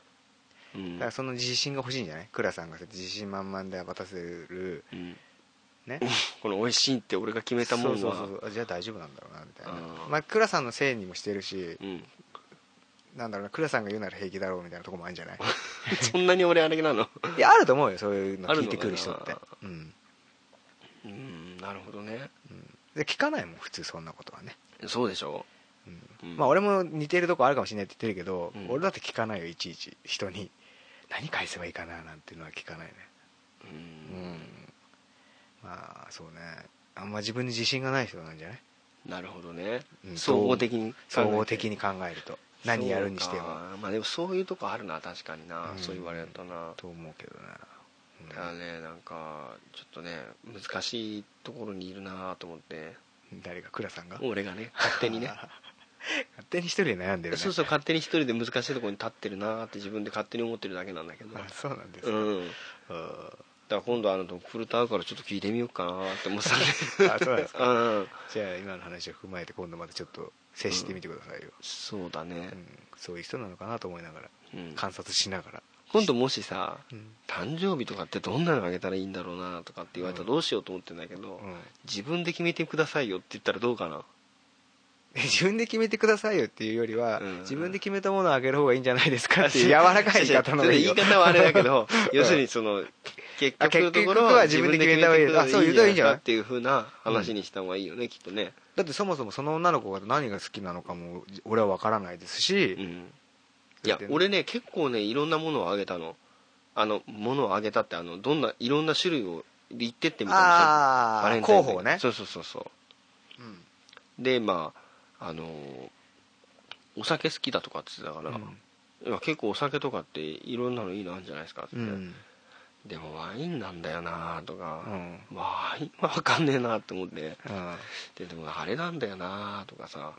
C: うん
D: だからその自信が欲しいんじゃない倉さんがそうやって自信満々で渡せる
C: うん
D: ね
C: この美味しいって俺が決めたものは
D: そうそうそうあじゃあ大丈夫なんだろうなみたいな
C: うん
D: まあ倉さんのせいにもしてるし
C: うん
D: なんだろうな倉さんが言うなら平気だろうみたいなとこもあるんじゃない
C: そんなに俺あれなの
D: いやあると思うよそういうの
C: ある
D: 聞
C: のか
D: い
C: な
D: てくる人ってうん
C: うんなるほどね
D: で聞かないもん普通そんなことはね
C: そうでしょうん
D: まあ俺も似てるとこあるかもしれないって言ってるけど
C: うん
D: 俺だって聞かないよいちいち人に 何返せばいいかななんていうのは聞かないね
C: う
D: うんんまあそうねあんま自分に自信がない人なんじゃない
C: なるほどね、
D: うん
C: 総合的に考えて
D: 総合的に考えると何やるにしても
C: そうかまあでもそういうとこあるな確かにな、
D: うん
C: そう言われるとな
D: と思うけどな
C: だからねなんかちょっとね難しいところにいるなと思って
D: うん誰が倉さんが勝
C: 俺がね勝手に ね
D: 手に一人で悩んで るね
C: そう そう勝手に一人で難しいところに立ってるなって自分で勝手に思ってるだけなんだけど
D: あそうなんです
C: う
D: ね
C: んだ
D: うん
C: から今度あのドクフルと会うからちょっと聞いてみようかなって思ってたん
D: あ そうなんです
C: でうん
D: じゃあ今の話を踏まえて今度またちょっと接してみてくださいよ、
C: そうだね
D: うん、そういう人なのかなと思いながら
C: うん
D: 観察しながら、
C: 今度もしさ
D: うん
C: 誕生日とかってどんなのあげたらいいんだろうなとかって言われたらどうしようと思ってんだけど、
D: うん、
C: 自分で決めてくださいよって言ったらどうかな
D: 自分で決めてくださいよっていうよりは、
C: うん
D: 自分で決めたものをあげる方がいいんじゃないですかっていう柔らかい言い方の方がいい
C: 違
D: よ
C: う違う言い方はあれだけど要するにその結
D: あ
C: 局の
D: 結
C: と
D: 局
C: こ
D: のとこ
C: ろ
D: ろは自分で決めた方がいい
C: 自分で決めてくれたら
D: あそう言うたらいいんじゃない
C: かっていうふうな話にした方がいいよねきっとね
D: だってそもそもその女の子が何が好きなのかも俺は分からないですし、
C: うんいや俺ね結構ねいろんなものをあげたのあのものをあげたってあのどんないろんな種類を言ってってみた
D: あー
C: のタインデー
D: 候補ね
C: そうそうそうそう
D: うん
C: でまああのーお酒好きだとかって言ってたから、いや結構お酒とかっていろんなのいいのあるんじゃないですかって、
D: うん
C: でもワインなんだよなとか
D: う、ん
C: ワインは分かんねえなって思って
D: うん
C: ででもあれなんだよなとかさ、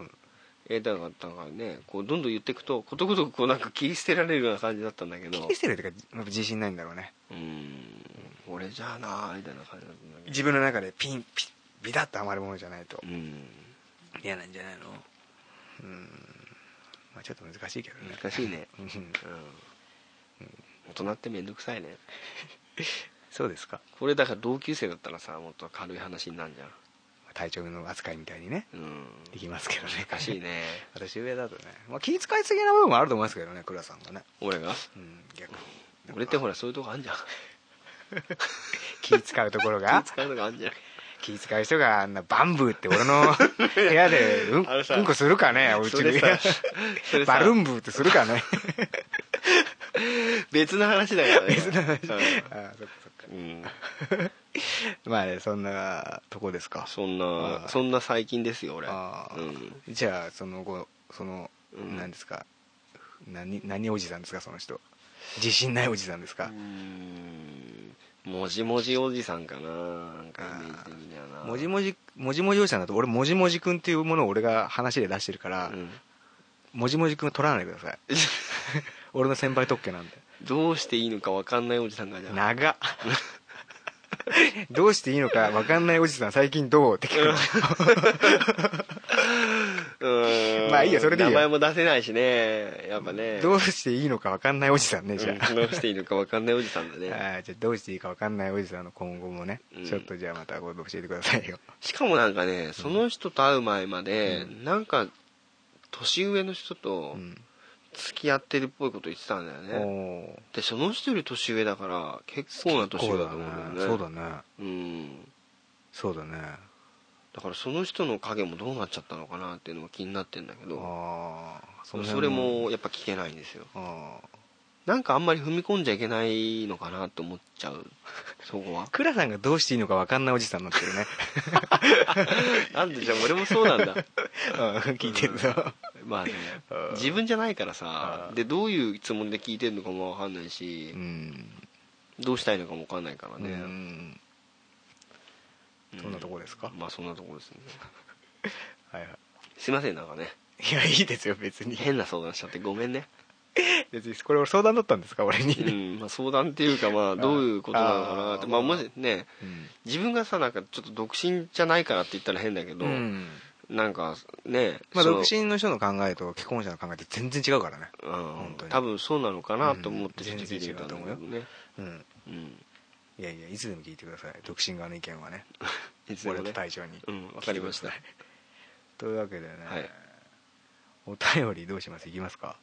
C: えだからだからねこうどんどん言っていくとことごとくこうなんか切り捨てられるような感じだったんだけど
D: 切り捨てるっていうかやっぱ自信ないんだろうね
C: うん俺じゃあなみたいな感じだったんだけど
D: 自分の中でピンピビタッとはまるものじゃないと
C: うん
D: 嫌なんじゃないのうんまあちょっと難しいけどね
C: 難しいね、
D: う
C: うん
D: ん
C: 大人って面倒くさいね
D: そうですか
C: これだから同級生だったらさもっと軽い話になるじゃん
D: 体調の扱いみたいにね
C: うん
D: できますけどね
C: 難しい ね
D: 私上だとね、まあ、気遣いすぎな部分もあると思いますけどね倉さんがね
C: 俺が
D: うん逆に
C: 俺ってほらそういうとこあんじゃん
D: 気遣うところが
C: 気使うとこあんじゃん
D: 気遣う人があんなバンブーって 俺の部屋でうん
C: あれさ
D: うんこするかねおう
C: そ
D: ちの部
C: れ
D: 屋
C: さそれさ
D: バルンブーってす るかね
C: 別の話だからね別の話
D: あそっかそっか
C: うん、
D: まあねそんなとこですか
C: そん
D: あ
C: なそんな最近ですよ俺
D: ああ
C: うん、
D: じゃあその後その
C: うん
D: 何ですか何何おじさんですかその人自信ないおじさんですか
C: うんもじもじおじさんかななんかイメージ的にはな
D: もじもじもじもじおじさんだと俺もじもじくんっていうものを俺が話で出してるから
C: うん
D: もじもじくんは取らないでくださ い俺の先輩特許なんで
C: どうしていいのか分かんないおじさんがじゃあ
D: 長っ どうしていいのか分かんないおじさん最近どうって聞くの
C: うん
D: まあいいよそれでいいよ
C: 名前も出せないしねやっぱね
D: どうしていいのか分かんないおじさんねじゃあ
C: うんどうしていいのか分かんないおじさんだね
D: あーじゃあどうしていいか分かんないおじさんの今後もね、
C: うん
D: ちょっとじゃあまた今度教えてくださいよ
C: しかもなんかねその人と会う前まで、
D: うん
C: なんか年上の人と
D: うん
C: 付き合ってるっぽいこと言ってたんだよね、
D: おー
C: でその人より年上だから結構な年上だと思うんだよね
D: そうだね
C: うん
D: そうだね
C: だからその人の影もどうなっちゃったのかなっていうのも気になってんだけど
D: ああ
C: それもやっぱ聞けないんですよ
D: ああ
C: なんかあんまり踏み込んじゃいけないのかなと思っちゃう そこは
D: 倉さんがどうしていいのか分かんないおじさんになってるね
C: なんでじゃあ俺もそうなん だ
D: うん聞いてるぞ
C: まあね
D: うん
C: 自分じゃないから
D: う
C: さ
D: ん
C: でどういうつもりで聞いてるのかもわかんないし
D: うん
C: どうしたいのかもわかんないから
D: う
C: ね、
D: ん
C: うん
D: そんなとこですか
C: まあそんなとこですね
D: はいは
C: すいませんなんかね
D: いいやいいですよ別に
C: 変な相談しちゃってごめんね、
D: 別にこれ相談だったんですか俺
C: う
D: に
C: んまあ、相談っていうかまあどういうことなのかなって
D: あー
C: まあもしね
D: うん
C: 自分がさなんかちょっと独身じゃないからって言ったら変だけど、
D: うん
C: なんかね
D: まあ
C: その
D: 独身の人の考えと既婚者の考えって全然違うからね
C: うん
D: 当に
C: 多分そうなのかなと思って
D: うん
C: 聞いてみたんだけど
D: 全然
C: ね
D: うん
C: うん
D: いやいやいつでも聞いてください独身側の意見はね
C: いつでも
D: 俺
C: ね
D: と大将に
C: うんわかりました
D: 聞いてくださいというわけでね
C: はい
D: お便りどうしますいきますか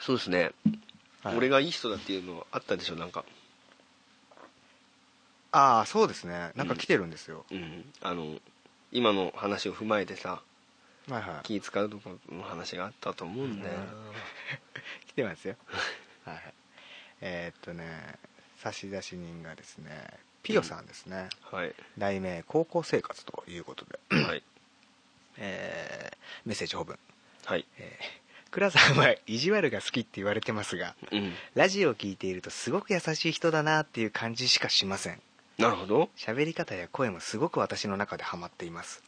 C: そうですね、
D: はい
C: 俺がいい人だっていうのあったでしょなんか
D: ああそうですねなんか来てるんですよ
C: うんあの今の話を踏まえてさ
D: はいはい
C: 気使うとかの話があったと思うんだよな、
D: 来 てますよはいはいえーっとね差出人がですねピヨさんですね、
C: はい
D: 題名「高校生活」ということで、
C: はい
D: えーメッセージ本文
C: はい
D: 「倉さんは意地悪が好きって言われてますが
C: うん
D: ラジオを聞いているとすごく優しい人だなっていう感じしかしません
C: なるほど
D: 喋り方や声もすごく私の中でハマっています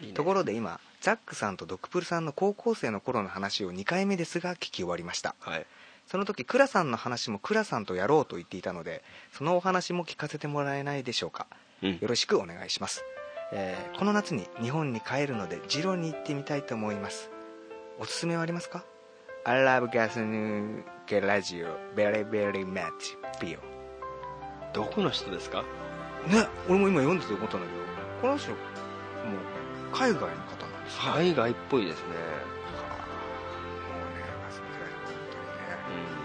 C: いいね
D: ところで今ザックさんとドクプルさんの高校生の頃の話を2回目ですが聞き終わりました
C: はい
D: その時倉さんの話も倉さんとやろうと言っていたのでそのお話も聞かせてもらえないでしょうか
C: うん
D: よろしくお願いします、えーこの夏に日本に帰るのでジロに行ってみたいと思いますおすすめはありますか I love gas new g r a d i o very very much ピオ
C: どこの人ですか
D: ね俺も今読んでて思ったんだけどこの人もう海外の方なんですね
C: 海外っぽいですね
D: もうねガスグラジオ本当にね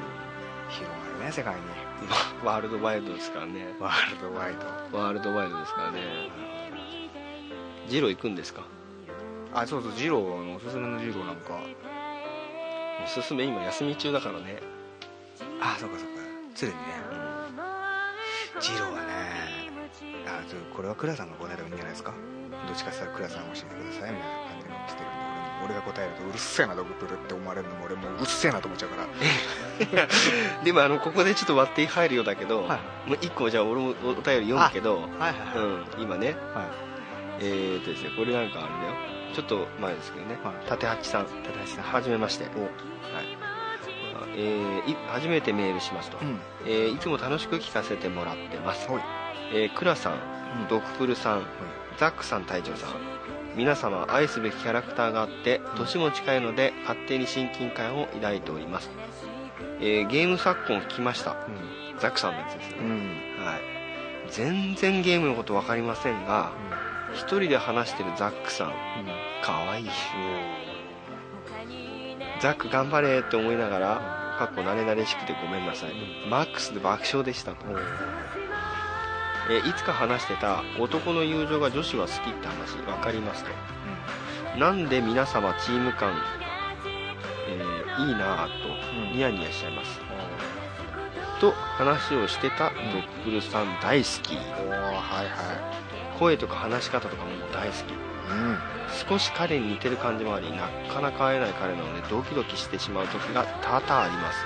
D: 広がるね世界に
C: うんワールドワイドですからね
D: ワールドワイド
C: ワールドワイドですからねジロー行くんですか
D: あそうそう二郎のおすすめの二郎なんか
C: おすすめ今休み中だから ね
D: あそうかそうか常にね二郎はねあそうこれは倉さんが答えた方がいいんじゃないですかどっちかって言ったら倉さん教えてくださいみたいな感じの来てるんで俺俺が答えるとうるせえなドクプルって思われるのも俺もううっせえなと思っちゃうから
C: でもあのここでちょっと割って入るようだけど、
D: は
C: もう一個じゃあ俺もおお便り読むけど、
D: はいは
C: うん、
D: い
C: 今ね
D: はい
C: えー、っとですねこれなんかあれだよちょっと前ですけどね
D: はい
C: 立八さん
D: 立橋さん
C: はじめまして
D: お
C: あえーい初めてメールしますと、
D: うん
C: えーいつも楽しく聞かせてもらってます
D: はい
C: えー、クラさんドクプルさんザックさん隊長さん皆様愛すべきキャラクターがあって年も近いので勝手に親近感を抱いております、えーゲーム昨今聞きました
D: うん
C: ザックさんのやつですよ
D: うんう
C: ね、
D: ん
C: はい全然ゲームのこと分かりませんが一人で話してるザックさんかわいいザック頑張れって思いながらかっこ慣れ慣れしくてごめんなさいマックスで爆笑でしたとえーいつか話してた男の友情が女子は好きって話分かりますとなんで皆様チーム感、えーいいなぁ
D: うん
C: とニヤニヤしちゃいます、と話をしてたドッグルさん大好き
D: おおはいは
C: 声とか話し方とかも大好き
D: いうん
C: 少し彼に似てる感じもありなかなか会えない彼なのでドキドキしてしまう時が多々あります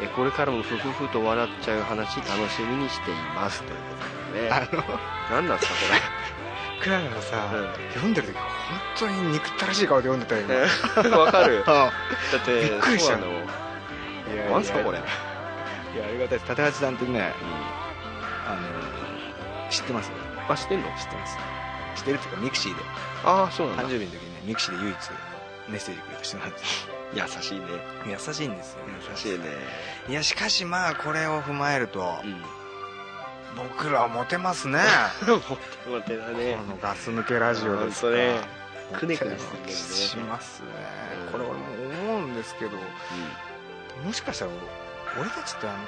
C: えーこれからもふふふと笑っちゃう話楽しみにしていますということでね
D: あの
C: 何なんですか
D: クララがさ、
C: う
D: 読んでる時本当に憎ったらしい顔で読んでたよ今、
C: これわかる だ
D: あ
C: って
D: びっくりし
C: そ
D: た
C: うなの
D: いや
C: なんすかこれ、
D: いやありがたいです立橋さんってね
C: う
D: あの知ってます
C: ん、あ知ってんの
D: 知ってます知ってるっていうかミクシーで
C: ああそうなんだ
D: 誕生日の時にねミクシーで唯一メッセージくれた人なんです
C: 優しいね
D: 優しいんですよ
C: 優しいね
D: いやしかしまあこれを踏まえると
C: うん
D: 僕らはモテます ね
C: モテだね
D: このガス抜けラジオです
C: ほんとね
D: ら
C: くねくねしてるんだよね
D: しますね
C: うん
D: これ俺も思うんですけどもしかしたら俺たちってあの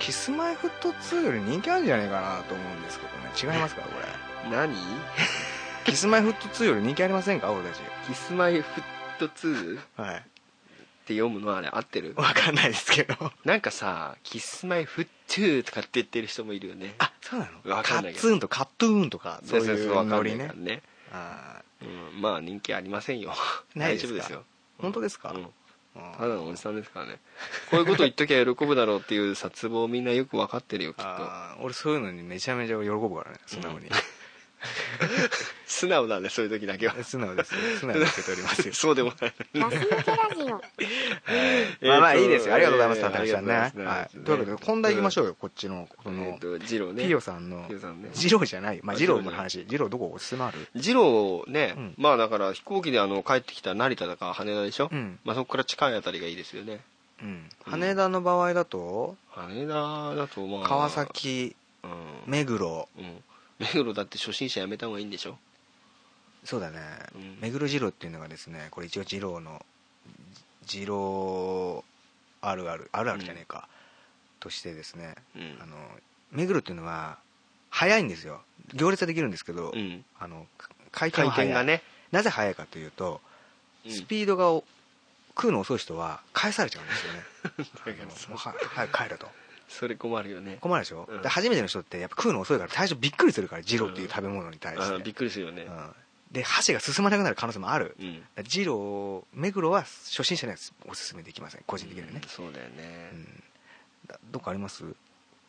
D: キスマイフット2より人気あるんじゃないかなと思うんですけどね違いますかこれ
C: うん何
D: キスマイフット2より人気ありませんか俺たち
C: 「キスマイフット2」っ
D: はい
C: て読むのあれ合ってる
D: わかんないですけど
C: なんかさ「キスマイフットゥー」とかって言ってる人もいるよね
D: あそうなの
C: わ
D: カ
C: かんない
D: ッ
C: けど
D: ツンとカットゥーンとかそういう
C: わか
D: ノ
C: んない
D: リ
C: か
D: ね
C: らね
D: あ
C: うん、まあ人気ありませんよ
D: ないで
C: 大
D: す
C: 丈夫で
D: か
C: すよ
D: ー本当ですか、
C: うん
D: うん
C: ただのおじさんですからねこういうこと言っときゃ喜ぶだろうっていう殺望みんなよく分かってるよきっと
D: あー俺そういうのにめちゃめちゃ喜ぶからね素直に、
C: 素直だねそういう時だけ は
D: 素直ですよ素直に受け取ります よ
C: そうでもない
E: ガス抜けラジオ。
D: まあま
C: えー
D: あ
C: と
D: いいですよありがとうございます
C: えー
D: 田中さんね、
C: ありが
D: はい、
C: とう
D: とい
C: ござ
D: うわけ
C: い
D: で
C: ます
D: 本題いきまし
C: ょ
D: ょうよこっちの
C: う
D: こ
C: んえ
D: の
C: ーとジローね
D: ピヨさんの
C: ピヨさんね
D: ジローじゃないまあ
C: あ
D: ジローの話ジローどこおすすめある
C: ジローね、
D: うん
C: まあだから飛行機であの帰ってきた成田だか羽田でしょ、
D: うん
C: まあ、そこから近いあたりがいいですよね
D: うん羽田の場合だと
C: 羽田だとまあ
D: 川崎
C: うん、
D: 目黒
C: うん、目黒だって初心者やめた方がいいんでしょ
D: そうだね、
C: うん
D: 目黒二郎っていうのがですねこれ一応二郎の二郎あるあるあるあるじゃねえか、としてですね
C: うん
D: あの目黒っていうのは早いんですよ行列はできるんですけど、
C: うん
D: あのか回転
C: 回
D: は早
C: 転
D: い
C: がね、
D: なぜ早いかというと
C: うん
D: スピードがお食うの遅い人は返されちゃうんですよね
C: だから
D: あの
C: さ
D: もうは早く帰ると
C: それ困るよね
D: 困るでしょ、
C: うん
D: で初めての人ってやっぱ食うの遅いから最初びっくりするからジローっていう食べ物に対して、
C: あびっくりするよね
D: うんで箸が進まなくなる可能性もある
C: うん、
D: ジロー目黒は初心者にはおすすめできません個人的にはね
C: うん、そうだよね、
D: うんだどっかあります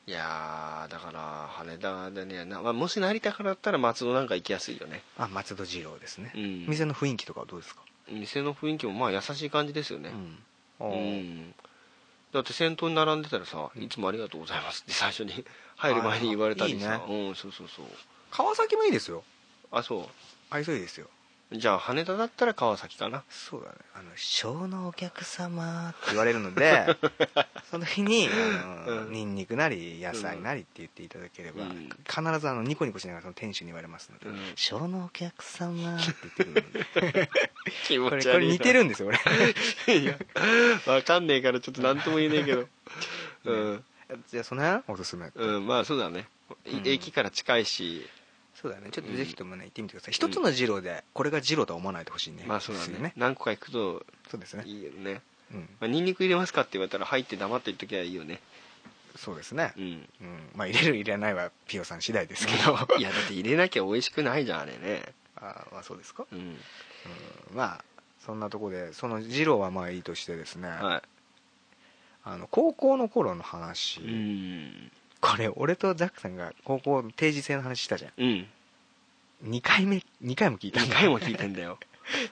C: いやーだから羽田でねな、まあ、もし成田からだったら松戸なんか行きやすいよね、
D: あ松戸二郎ですね、
C: うん、
D: 店の雰囲気とかはどうですか、
C: 店の雰囲気もまあ優しい感じですよね
D: うん
C: う
D: お
C: ん、
D: ー
C: だって先頭に並んでたらさ「いつもありがとうございます」って 最初に入る前に言われたりさ
D: あー
C: うんそうそうそう
D: 川崎もいいですよ
C: あそ
D: 愛想いいですよ
C: うじゃあ羽田だったら川崎かな
D: そうだねあの「小のお客様」って言われるの でその日にあの、
C: うん
D: ニンニクなり野菜なりって言っていただければ、
C: うん
D: 必ずあのニコニコしながらその店主に言われますので
C: うん
D: 「小、のお客様」って言ってくる ので
C: 気持
D: これ
C: ち
D: こ
C: 悪
D: れ
C: いな
D: 似てるんです よ俺
C: いや わかんねえからちょっと何とも言えねえ けどうん、
D: じゃあその辺おすすめ、
C: うん、まあそうだね、い
D: うん
C: 駅から近いし
D: そうだねちょっとぜひともね行ってみてください一つの二郎でこれが二郎とは思わないでほしいね
C: まあそうだ
D: です
C: ね
D: よね
C: 何個か行くと
D: そうですね
C: いいよね
D: うん
C: まあ、ニンニク入れますかって言われたら入って黙って言っときゃいいよね
D: そうですね
C: うん
D: うんまあ入れる入れないはピオさん次第ですけ ど
C: いやだって入れなきゃ美味しくないじゃんあれね
D: あまあそうですか
C: うん
D: うんまあそんなとこでその二郎はまあいいとしてですね、
C: は
D: あの高校の頃の話、
C: いうん
D: これ俺とザックさんが高校の定時制の話したじゃん
C: うん
D: 2回目2回も聞いた
C: 何
D: んだ
C: 回も聞いてんだ よ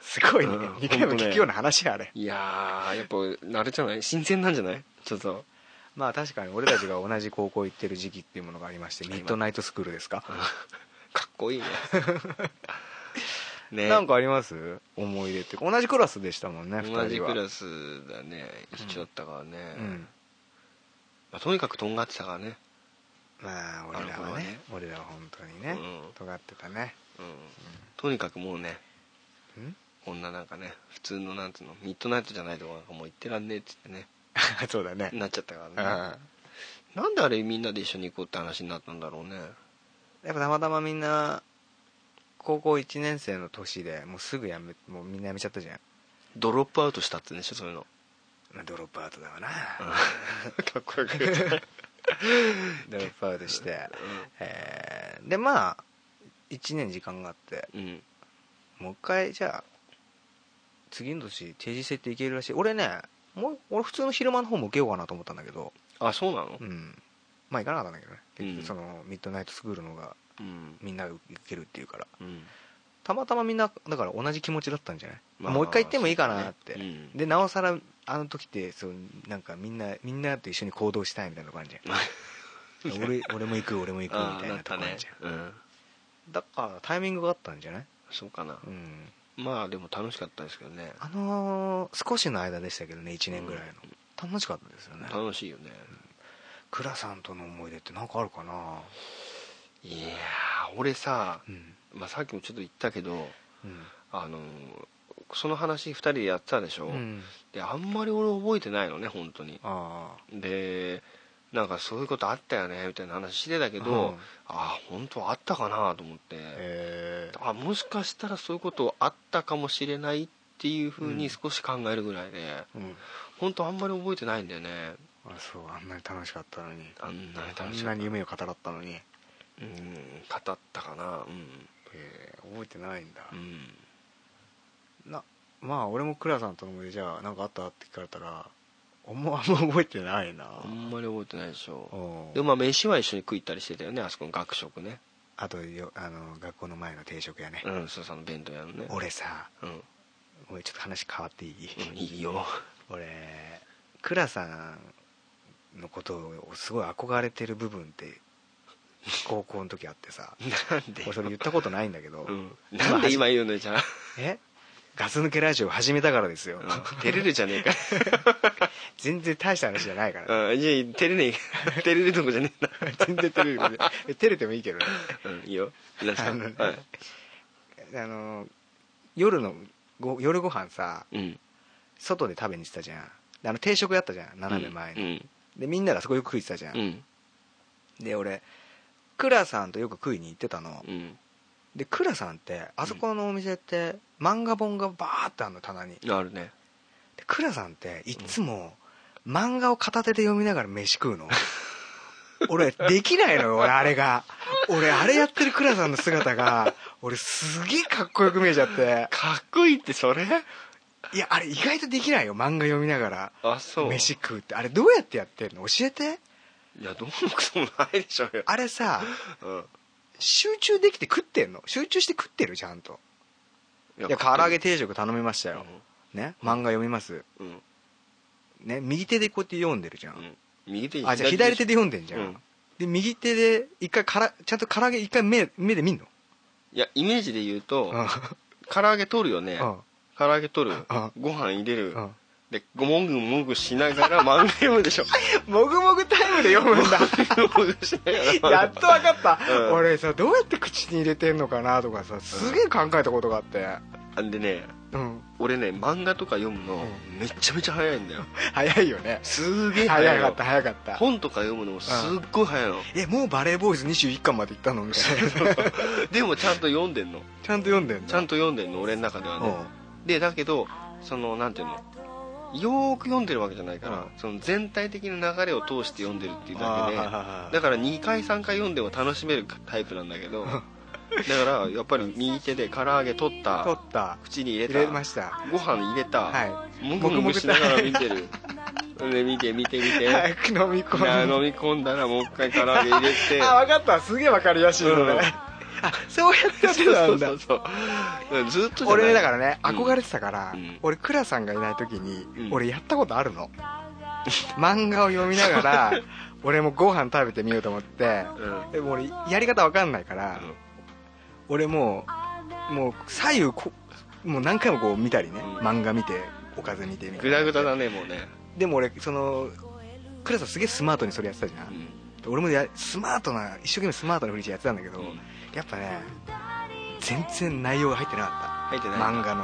D: すごいね、
C: うん
D: 2回も聞くような話あれ
C: いやーやっぱあれじゃない新鮮なんじゃないちょっと
D: まあ確かに俺たちが同じ高校行ってる時期っていうものがありましてミッドナイトスクールですか
C: かっこ いいねね
D: なんかあります思い出って同じクラスでしたもんね2人は
C: 同じクラスだね一緒だったからね、
D: うん
C: まあ、とにかくとんがってたからね
D: まあ俺らはね
C: あ
D: 俺らは本当にね、
C: うん
D: 尖ってたね
C: うんとにかくもうね
D: ん
C: こんななんかね普通のなんつうのミッドナイトじゃないとこなんかもう行ってらんねえっつってね
D: そうだね
C: なっちゃったか
D: うん
C: らね
D: や
C: なんであれみんなで一緒に行こうって話になったんだろうね
D: っぱたまたまみんな高校1年生の年でもうすぐやめもうみんなやめちゃったじゃん、
C: ドロップアウトしたってんでしょそういうの
D: まあ、ドロップアウトだわな、
C: かっこよく言った
D: ドロップアウトして、えーでまあ1年時間があって
C: うん
D: もう一回じゃあ次の年定時制っていけるらしい俺ねもう俺普通の昼間の方も受けようかなと思ったんだけど
C: あそうなの
D: うんまあ行かなかったんだけどね結局
C: うん
D: そのミッドナイトスクールの方が
C: うん
D: みんな受けるっていうから
C: うん
D: たまたまみんなだから同じ気持ちだったんじゃない、
C: まあ
D: もう一回行ってもいいかなって、
C: そうだねうん
D: でなおさらあの時ってそうなんかみんなみんなと一緒に行動したいみたいなとこあるじゃん 俺俺も行く俺も行くみ
C: あ
D: た
C: あ
D: い
C: な
D: な
C: っ
D: と
C: た
D: こある
C: ね
D: じゃん、
C: うん
D: だからタイミングがあったんじゃない、
C: そうかな
D: うん、
C: まあでも楽しかったですけどね
D: あのー少しの間でしたけどね1年ぐらいの、楽しかったですよね
C: 楽しいよね
D: 倉さんとの思い出ってなんかあるかない
C: やー俺さ
D: うん
C: まあさっきもちょっと言ったけど
D: うん
C: あのーその話2人でやってたでしょ、
D: うん
C: であんまり俺覚えてないのね本当に
D: ああ
C: でなんかそういうことあったよねみたいな話してたけど、
D: うん
C: ああ本当あったかなと思って、
D: えー
C: あもしかしたらそういうことあったかもしれないっていうふう
D: う
C: に
D: ん
C: 少し考えるぐらいで、
D: うん、
C: 本当あんまり覚えてないんだよね
D: あそうあんなに楽しかったのに
C: あんなに
D: あ
C: 楽し
D: ん
C: か
D: な
C: った
D: に夢を語らったのに、
C: うん語ったかなう
D: えー覚えてないんだ、
C: んうん
D: なまあ俺も倉さんとの思い出じゃあなんかあったって聞かれたら思あんま覚えてないな
C: あんまり覚えてないでしょ
D: お
C: で
D: う
C: まあ飯は一緒に食い行ったりしてたよねあそこの学食ね
D: あとよあの学校の前の定食屋ね、
C: うんそうさんの弁当屋のね
D: 俺さ
C: うん、
D: 俺ちょっと話変わっていい、
C: うん、いいよ
D: 俺倉さんのことをすごい憧れてる部分って高校の時あってさ
C: なんで
D: 俺それ言ったことないんだけど、
C: うん、なんで今言うのよじゃあ、
D: えガス抜けラジオ始めたからですよ、
C: うん、照れるじゃねえか
D: 全然大した話じゃない から、
C: うん、いや照れねえ照れるとこじゃねえ
D: 全然照れ るけどえ照れてもいいけどね
C: なうんいいよ皆さん
D: あのね
C: はい
D: あの夜のご夜ご飯さ
C: うん
D: 外で食べにしてたじゃんであの定食やったじゃん斜め前に、でみんながそこよく食いてたじゃん
C: うん、うん
D: で俺倉さんとよく食いに行ってたの
C: うん
D: で倉さんってあそこのお店って漫画本がバーってあるの棚にで
C: うん、あるね
D: 倉さんっていっつも漫画を片手で読みながら飯食うの 俺できないのよ俺あれが俺あれやってる倉さんの姿が俺すげえかっこよく見えちゃって
C: かっこいいってそれ
D: いやあれ意外とできないよ漫画読みなが
C: あそ
D: ら
C: う
D: 飯食うってあれどうやってやってんの教えて
C: いやどうもくそもないでしょうよ
D: あれさ
C: うん
D: 集中できて食ってんの集中して食ってるちゃんと
C: い
D: いや唐揚げ定食頼みましたよ、ね漫画読みます
C: うんうん
D: ね右手でこうやって読んでるじゃん、
C: うん右手
D: あじゃあ左手
C: で
D: で読んでんじゃん、
C: うん
D: で右手で一回からちゃんと唐揚げ一回目目で見んの
C: いやイメージで言うと、
D: うん
C: 唐揚げ取るよね、
D: うん
C: 唐揚げ取る、
D: うん
C: ご飯入れる、
D: うん
C: でごもぐもぐしながら漫画読むでし ょ
D: もぐもぐタイムで読むんだ
C: もぐもぐしながら漫画
D: やっと分かった、
C: うん
D: 俺さどうやって口に入れてんのかなとかさすげえ考えたことがあって
C: あんでね
D: うん
C: 俺ね漫画とか読むの
D: う
C: めちゃめちゃ早いんだよ
D: 早いよね
C: すーげえ早
D: 早
C: い
D: か
C: の
D: った早かった
C: 本とか読むのもすっごい早いの、
D: えもうバレーボーイズ21巻まで行ったのみたいな
C: でもちゃんと読んでんの
D: ちゃんと読んでんの
C: ちゃんと読んでんの俺の中では
D: う
C: ねでだけどそのなんていうのよーく読んでるわけじゃないから、
D: う
C: その全体的な流れを通して読んでるっていうんだけで、
D: あー
C: だから2回3回読んでも楽しめるタイプなんだけ どだからやっぱり右手で唐揚げ取った
D: 取った
C: 口に入れ
D: 入
C: た
D: れました
C: ご飯入れた、
D: は
C: もぐもぐしながら見てるで見て見て見て、
D: い早く飲み込
C: いや
D: んで
C: 飲み込んだらもう一回唐揚げ入れて
D: あ分かったすげえ分かりやすいのね、
C: うん
D: あそうやってやってたんだ
C: そうそうそうずっとじゃない
D: 俺ねだからね
C: うん
D: 憧れてたから、
C: うん
D: 俺クラさんがいない時に、
C: うん
D: 俺やったことあ るの漫画を読みながら俺もご飯食べてみようと思って
C: うん
D: でも俺やり方分かんないから、
C: うん
D: 俺もうもう左右こもう何回もこう見たりね、
C: うん
D: 漫画見ておかず見てみた
C: グ
D: い
C: ダ
D: な
C: グダだねもうね、
D: でも俺そのクラさんすげえスマートにそれやってたじゃん、俺もやスマートな一生懸命スマートなふりしてやってたんだけど、
C: うん
D: やっぱね全然内容が入ってなか
C: 入って
D: っ
C: な
D: た
C: い
D: 漫画の内容が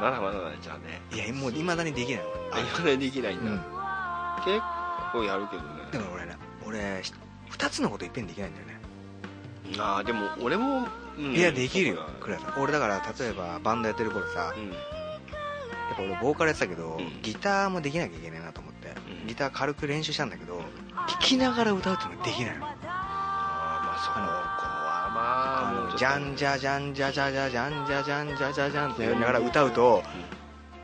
C: まだまだだねじゃあね
D: いやもういまだにできない
C: あいまだできないんだ、
D: うん
C: 結構やるけど
D: で
C: ね
D: も俺ね俺2つのこといっぺんできないんだよね、
C: ああでも俺も、うん
D: いやできるよ
C: そう
D: 倉さん俺だから例えばバンドやってる頃さ、
C: だうん
D: やっぱ俺ボーカルやってたけど、
C: うん
D: ギターもできなきゃいけないなと思って、
C: うん
D: ギター軽く練習したんだけど聴きながら歌うっていうのはできないの
C: あーまあそこはまあもうちょっと
D: ジャンジャジャンジャジャジャジャンジャジャンジャジャジャンってやりながら歌うと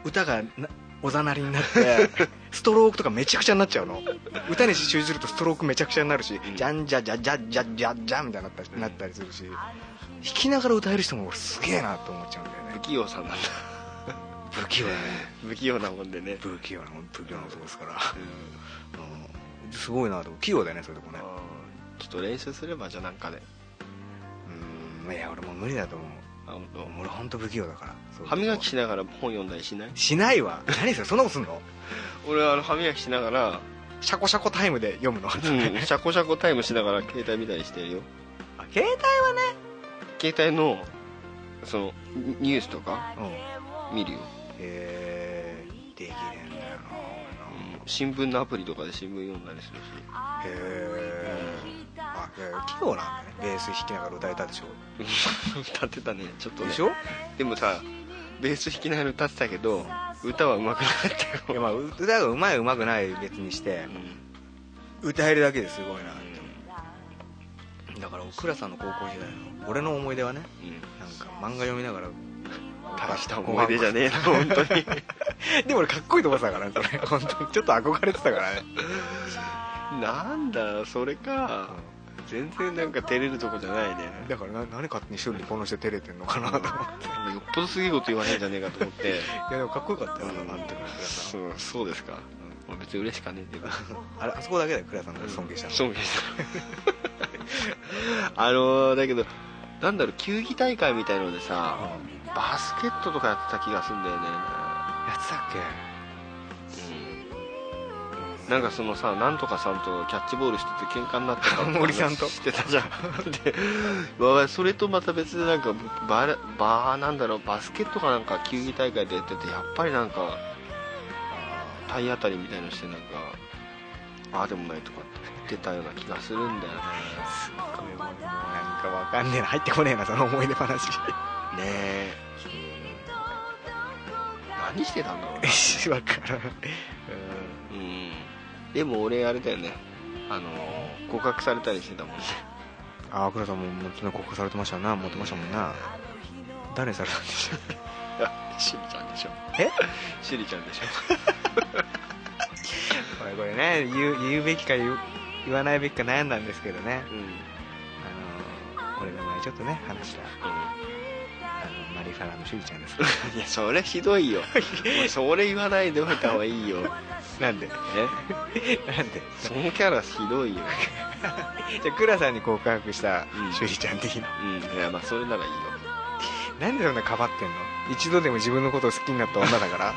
D: 歌がなおざなりになってストロークとかめちゃくちゃになっちゃうの歌に集中するとストロークめちゃくちゃになるし
C: ん
D: ジャンジャジャジャジャジャジャみたいになったりなったりするし弾きながら歌える人も俺すげえなと思っちゃうんだよ
C: 不
D: ね
C: 器用さんなんだ
D: 不器用だね
C: 不器用なもんでね、
D: 不器用な不器用な男ですから
C: うん
D: うんすごいなと思う器用だよねそういうとこね
C: あーちょっと練習すればじゃあなんかで、
D: うんいや俺もう無理だと思う
C: あ本当
D: 俺本当不器用だからそういうと
C: 歯
D: こ
C: 磨きしながら本読んだりしない
D: しないわ何それそんなことすんの
C: 俺はあの歯磨きしなが ら、
D: シャコシャコタイムで読 むの、
C: うん、シャコシャコタイムしながら携帯見たりしてるよ
D: 携
C: 携帯のそのニニュースとか
D: 帯うん
C: 見るよ、
D: えー、できねえんだよな俺な
C: うん新聞のアプリとかで新聞読んだりするし
D: へえあいやいや器用なんだねベース弾きながら歌えたでしょ
C: 歌ってたねちょっとね
D: でしょ
C: でもさベース弾きながら歌ってたけど歌は上手くなかった
D: いや
C: よ、
D: まあう歌がうまいうまくない別にして
C: うん
D: 歌えるだけですごいなだから倉さんの高校時代の俺の思い出はね
C: うん
D: なんか漫画読みながら
C: 大した思い出じゃねえな本当に
D: でも俺かっこいいと思ってたからねそれ本当にちょっと憧れてたからね
C: なんだそれか全然なんか照れるとこじゃないね
D: だからな何勝手に修理にこの人照れてんのかなと思って
C: よっぽどすげえこと言わないんじゃねえかと思って
D: いやでもかっこよかったよ
C: うん
D: ななんて感じがさ
C: そうそうですか、俺別に嬉しかねえけど
D: あれあそこだけだよ倉さんが尊敬したの
C: 尊敬した あのーだけどなんだろう球技大会みたいのでさバスケットとかやってた気がするんだよね
D: やってたっけ
C: なんかそのさなんとかさんとキャッチボールしてて喧嘩になったから
D: 森さんと
C: してたじゃ んでまあそれとまた別でなんかバレバーなんだろうバスケットかなんか球技大会でやっててやっぱりなんか体当たりみたいのしてなんかああでもないとか言ってたような気がするんだよね
D: これももうなんかわかんねえな入ってこねえなその思い出話
C: ねえ何してたんだろう な
D: わからん
C: うんでも俺あれだよねあの告白されたりしてたもんね
D: ああ倉さんももちろん告白されてましたよな持ってましたもんな誰にされたんでしょう
C: シリちゃんでしょ
D: え
C: シリちゃんでしょ
D: これこれね言う言うべきか言う言わないべきか悩んだんですけどね
C: うん、うん、
D: あのーこれが前ちょっとね話したあのマリファラの趣里ちゃんですけ
C: いやそれひどいよもうそれ言わないでおいた方がいいよ
D: ど なんで
C: え
D: なんで
C: そのキャラひどいよ
D: じゃあ倉さんに告白した
C: うん
D: 趣里ちゃん的な、
C: うんいやまあそれならいいよ
D: なんでそんなかばってんの一度でも自分のことを好きになった女だから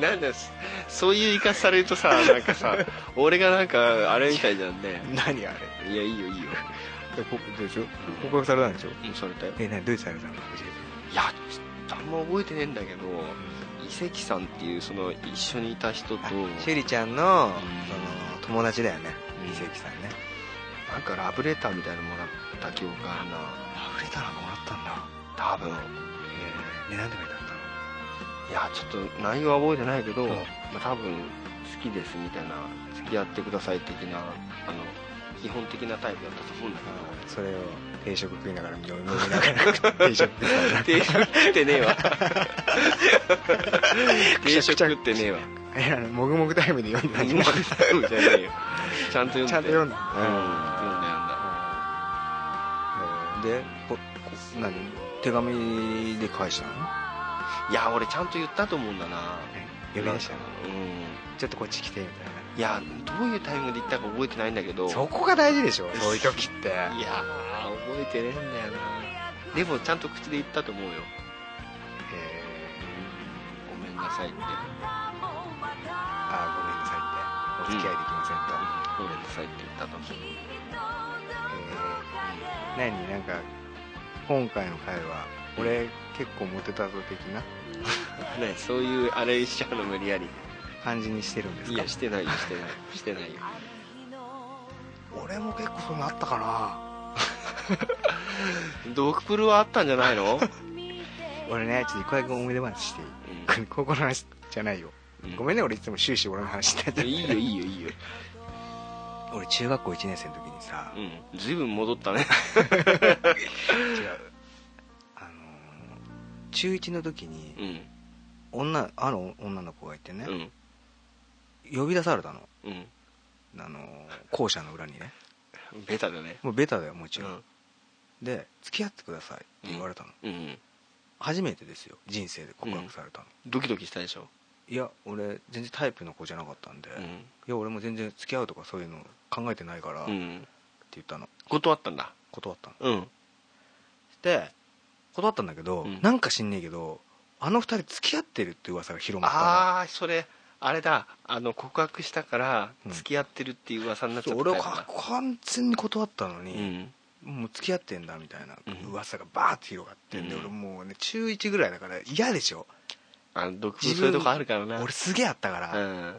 C: なんだよそういう言い方されるとさなんかさ俺がなんかあれみたいじゃんね
D: 何あれ
C: いやいいよいいよ
D: でこでしょ告白されたんでしょ
C: もうそれだよ
D: え何どうやってされたの教
C: いやちょっとあんま覚えてねえんだけど伊関さんっていうその一緒にいた人と
D: えてあ趣里ちゃんの,、
C: ん
D: その友達だよね
C: うん
D: 伊関さんね
C: なんかラブレターみたいなのもらった記憶あるな
D: ラブレターなんかもらったんだ
C: 多分
D: え何て書いてあったの
C: いやちょっと内容は覚えてないけど、
D: うん
C: まあ、多分好きですみたいな付き合ってください的なあの基本的なタイプだったと思うんだ
D: あーそれを定食食いながら読みながら 定食食いながら
C: けど定食食ってねえわ 定食食ってねえわ
D: えあのもぐもぐタイムで読んだん
C: 何
D: じゃ
C: も
D: ない
C: 食べたことじゃねえよちゃんと読んで
D: ちゃんと読んだ
C: うん読んだ読んだ
D: でここ何手紙で返したの
C: いや俺ちゃんと言ったと思うんだな
D: 呼び出したの
C: うん
D: ちょっとこっち来てみたいない
C: やどういうタイミングで言ったか覚えてないんだけど
D: そこが大事でしょそういう時って
C: いやー覚えてねえんだよなでもちゃんと口で言ったと思うよごめんなさいって
D: ああごめんなさいってお付き合いできませんと、
C: ごめんなさいって言ったと思う
D: えー何なんか今回の回は俺結構モテたぞ的な
C: ねそういうあれしちゃうの無理やり
D: 感じにしてるんです
C: い
D: か
C: やしてないよしてないしてないよ
D: 俺も結構そういうのあったかな
C: ドクプルはあったんじゃない の、
D: 俺ねちょっと一個だけ思い出話していい高校の話じゃないよご
C: ん
D: めんね俺いつも終始俺の話になっちゃって
C: いいよいいよいいよ、
D: 俺中学校1年生の時にさ、
C: うん、随分戻ったね
D: 違うあのー中1の時に
C: うん
D: 女あの女の子がいてね、
C: うん
D: 呼び出されたの
C: うん
D: あのー校舎の裏にね
C: ベタだね
D: もうベタだよもち
C: う
D: ろん、
C: ん
D: で付き合ってくださいって言われたの、
C: うん
D: 初めてですよ人生で告白されたの、
C: ドキドキしたでしょ、
D: いや俺全然タイプの子じゃなかったんで、
C: う
D: い
C: ん
D: や俺も全然付き合うとかそういうの考えてないから、
C: う
D: って
C: ん、
D: 言ったの
C: 断ったんだ
D: 断った
C: う
D: の
C: ん
D: で断ったんだけど、
C: うん
D: なんか知んねえけどあの二人付き合ってるって噂が広まったの
C: ああそれあれだあの告白したから
D: うん
C: 付き合ってるっていう噂になっちゃ
D: そ
C: っ
D: う
C: た
D: 俺
C: タイ
D: は
C: プ
D: か
C: だ
D: 完全に断ったの
C: う
D: に、
C: ん
D: もう付き合ってんだみたいな
C: うん
D: 噂がバーって広がってんで、
C: うん
D: 俺もうね中1ぐらいだから嫌でしょ
C: あ毒分そういうとこあるからな
D: 俺すげえあったから、
C: うん、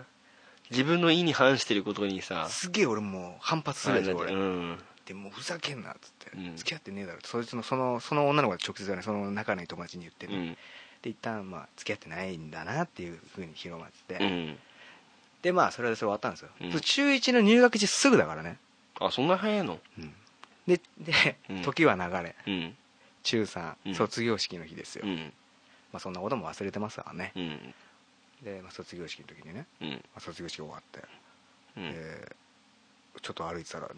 C: 自分の意に反してることにさ
D: すげえ俺もう反発するんですよ俺、
C: うん
D: でもうふざけんなっつって、
C: うん
D: 付き合ってねえだろってそいつのそのその女の子が直接だねその仲のいい友達に言って
C: う
D: ね、
C: ん
D: で一旦まあ付き合ってないんだなっていうふうに広まって、
C: うん
D: でまあそれはそれ終わったんですよ、
C: うん
D: 中1の入学時すぐだからね、
C: あそんな早いの
D: でで、
C: うん
D: 時は流れ
C: うん
D: 中3、
C: うん
D: 卒業式の日ですよ、
C: うん
D: まあ、そんなことも忘れてますからね
C: う、ん
D: で、まあ、卒業式の時にね、
C: うん
D: まあ、卒業式終わって、
C: う
D: で
C: ん
D: ちょっと歩いてたらん「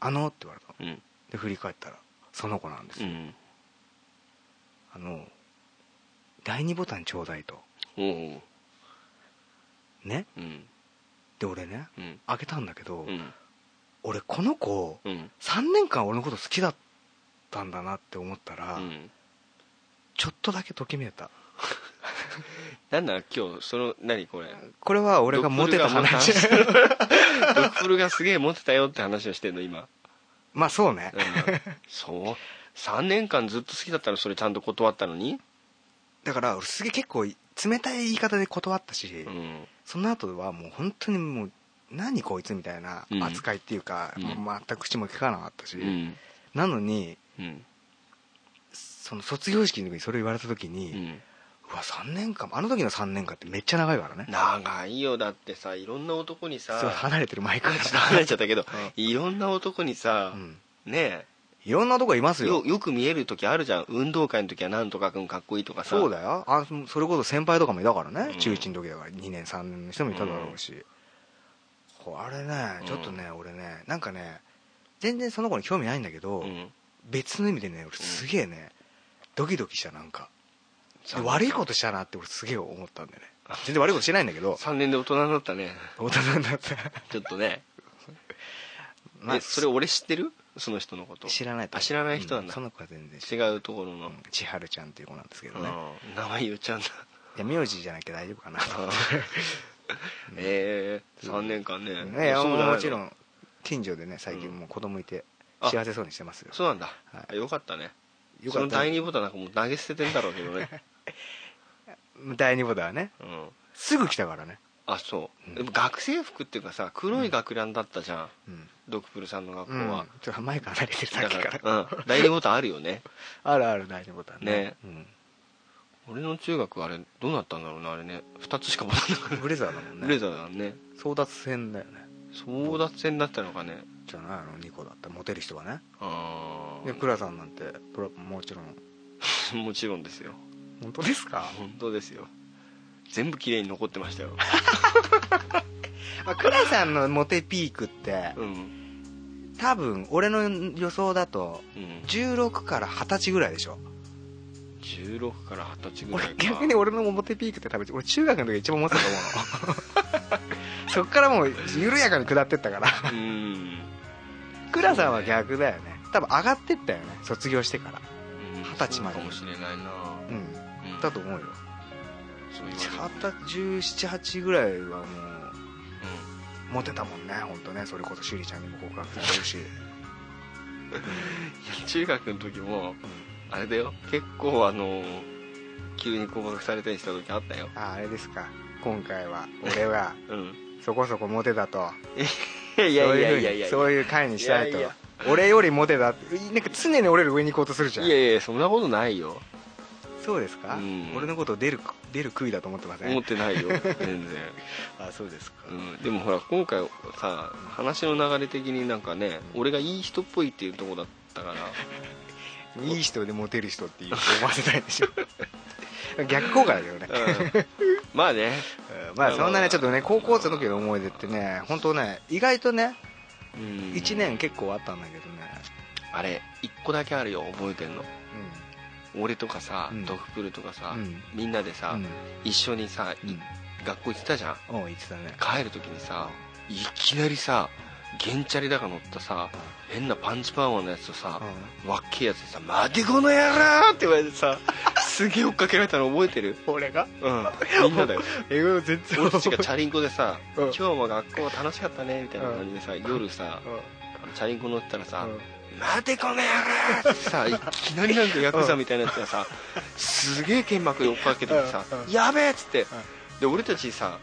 D: あの?」って言われたの
C: うん
D: で振り返ったらその子なんです
C: う
D: よ、
C: ん
D: あの第二ボタンちょうだいと
C: おう
D: ね
C: うん
D: で俺ね
C: うん
D: 開けたんだけど、
C: うん
D: 俺この子
C: うん
D: 3年間俺のこと好きだったんだなって思った
C: う
D: ら、
C: ん
D: ちょっとだけときめいた
C: なんだ今日その何これ
D: これは俺がモテた話
C: ドッフルがモテたドッフルがすげえモテたよって話をしてんの今
D: まあそうね、
C: うんそう3年間ずっと好きだったのそれちゃんと断ったのに
D: だから俺すげえ結構冷たい言い方で断ったし、
C: うん
D: その後はもう本当にもう何こいつみたいな
C: うん
D: 扱いっていうか、
C: うん
D: もう全く口も聞かなかったし、
C: うん
D: なのに
C: うん
D: その卒業式の時にそれを言われた時
C: う
D: に、うんわ3年間あの時の3年間ってめっちゃ長いからね
C: 長いよだってさいろんな男にさ
D: そう離れてる前から
C: ちょっと離れちゃったけどいろんな男にさ
D: うん
C: ね
D: いろんなとこいます
C: え
D: よ
C: よよく見える時あるじゃん運動会の時はなんとかくんかっこいいとかさ
D: そうだよあそそれこそ先輩とかもいたからね、
C: うん
D: 中1の時だから2年3年の人もいただろうし、こうあれねちょっとね、俺ねなんかね全然その子に興味ないんだけど、
C: うん
D: 別の意味でね俺すげえね、ドキドキしたなんかで悪いことしたなって俺すげえ思ったんだよね全然悪いことしてないんだけど
C: 3年で大人になったね
D: 大人になった
C: ちょっとね
D: まあ
C: えそれ俺知ってるその人のこと
D: 知らないと
C: あ知らない人なん
D: う
C: だ
D: その子は全然知
C: 違うところの、
D: うん千春ちゃんっていう子なんですけど
C: うん
D: ね、
C: 名前言っちゃうんだ
D: いや名字じゃなきゃ大丈夫かなと思って
C: ええ3年間ね
D: ね、
C: そうじゃないの
D: もちろん近所でね最近もう子供いて
C: あ
D: 幸せそうにしてますよ、
C: そうなんだ、
D: は
C: よかったね
D: よ
C: そ
D: か
C: の
D: った
C: 第二ボタンなんかもう投げ捨ててんだろうけど ね、
D: 第2ボタンはね
C: うん、
D: すぐ来たからね、
C: あそう、
D: うん
C: でも学生服っていうかさ黒い学ランだったじゃん、
D: うん
C: ドクプルさんの学校
D: うん
C: は、
D: ちょっと前から慣れてるさっきから
C: うん、第二ボタンあるよね
D: あるある第2ボタンね
C: ね
D: うん
C: 俺の中学あれどうなったんだろうなあれね2つしかボタンなかっ
D: ブレザーだもん
C: た
D: ね
C: ブレザーだね
D: 争奪戦だよね
C: 争奪戦だったのかね
D: じゃないの2個だったらモテる人はね
C: あ
D: で
C: あ
D: 倉さんなんてプロもちろ ん
C: もちろんですよ
D: 本当ですか
C: 本当ですよ全部綺麗に残ってましたよ、
D: あ倉さんのモテピークって
C: うん
D: 多分俺の予想だと
C: うん、
D: 16から20歳ぐらいでしょ
C: 16から20歳ぐらいか
D: 俺逆に俺のモテピークって多分俺中学の時が一番モテたと思 うのそっからもう緩やかに下ってったから
C: うん
D: 倉さんは逆だよね多分上がってったよね卒業してから
C: 二
D: 二十歳まで
C: かもしれないな、
D: うん
C: うん
D: だと思うよ
C: そう言われて
D: 1718ぐらいはもう
C: みる
D: モテたもんね本当ねそれこそ趣里ちゃんにも告白し てるし
C: うんいや中学の時もあれだよ結構あの急に告白されたりした時あったよ
D: ああれですか今回は俺は
C: うん
D: そこそこモテたと
C: いやい
D: そ
C: や
D: う
C: いや
D: いう
C: いやい
D: ふう
C: や
D: にそういう回にしたいと
C: いやいや
D: 俺よりモテたってなんか常に俺より上に行こうとするじゃん
C: いやいやそんなことないよ
D: そうですか、
C: うん
D: 俺のことを出る出る杭だと思ってません
C: 思ってないよ全然、
D: あそうですか
C: うん、でもほら今回さ話の流れ的になんかね俺がいい人っぽいっていうとこだったから
D: いい人でモテる人っていう思わせたいでしょ逆効果だけどね、
C: まあね
D: うんまあそんなねちょっとね高校生の時の思い出ってね本当ね意外とね1年結構あったんだけどね
C: あれ1個だけあるよ覚えてんの俺とかさ、
D: うん
C: ドクプルとかさ、
D: うん
C: みんなでさ、
D: うん
C: 一緒にさ、い
D: うん
C: 学校行ってたじゃん
D: うんおう言ってたね
C: 帰る時にさいきなりさゲンチャリだか乗ったさ変なパンチパーマのやつとさ、わっけえやつにさ「待てこの野郎!」って言われて さすげえ追っかけられたの覚えてる
D: 俺が
C: うんみんな だよ
D: 英語全然
C: 俺たちがチャリンコでさ「
D: うん
C: 今日も学校楽しかったね」みたいな感じでさ、夜さ
D: うん
C: あのチャリンコ乗ったらさ、待てこの野郎って さいきなりなんかヤクザみたいなやつがさすげえ剣幕で追っかけてきてさ
D: うんうん
C: やべえっつってで俺たちさ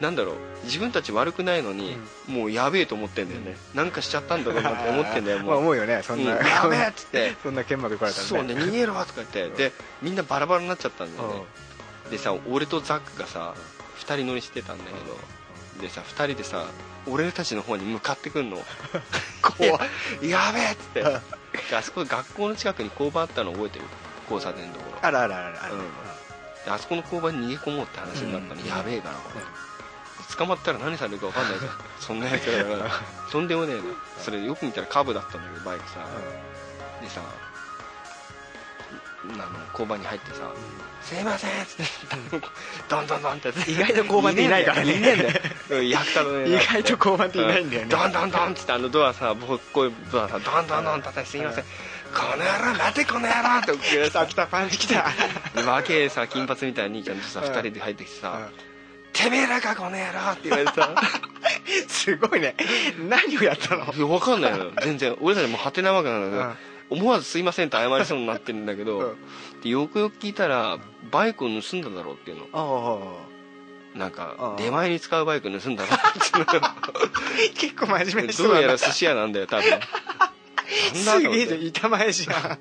C: なんだろう自分たち悪くないのにもうやべえと思ってんだよねなんかしちゃったんだろうなって思ってんだよ
D: まあ
C: もう
D: 思うよねそんな、
C: うんやべえっつって
D: そんな剣幕来られたら
C: そうね逃げろとか言ってでみんなバラバラになっちゃったんだよねでさ俺とザックがさ2人乗りしてたんだけどでさ2人でさ俺たちの方に向かって くんの
D: 怖い
C: いややべえっつってであそこ学校の近くに交番あったの覚えてる交差点のところ
D: あらあらあらあら、
C: うんであそこの交番に逃げ込もうって話になったの、
D: うん
C: やべえからこれ、捕まったら何されるか分かんないじゃんそんなやつら がとんでもねえなそれよく見たらカブだったんだけどバイクさ、でさあの交番に入ってさ「すいません」っつって どんどんどんって意
D: 外と交番っていないからね
C: いねえんだよ うんやったのね
D: 意外と交番っていないんだよね
C: うどんどんどんっつってあのドアさぼっこいドアさどんどんどん叩いて「すいませんこの野郎待てこの野郎」って送られてさ
D: 来たパンチ来た
C: で若えさ金髪みたいな兄ちゃんとさ
D: うん
C: 2人で入ってきてさ「てめえらかこの野郎」って言われて さ
D: すごいね何をやったの
C: いや分かんないのよ全然俺たちもうはてなわけなんだけど、思わず「すいません」って謝りそうになってるんだけど、
D: うん
C: でよくよく聞いたらバイクを盗んだだろうっていうの
D: ああ
C: なん
D: あ
C: か
D: あ
C: 出前に使うバイク盗んだろ う
D: 結構真面
C: って
D: 目
C: いう
D: な
C: の
D: 人
C: どう
D: だ
C: や
D: な
C: ら寿司屋なんだよ多分なん
D: す
C: だろう
D: げえ
C: っ
D: じゃん
C: て
D: 板前 じゃん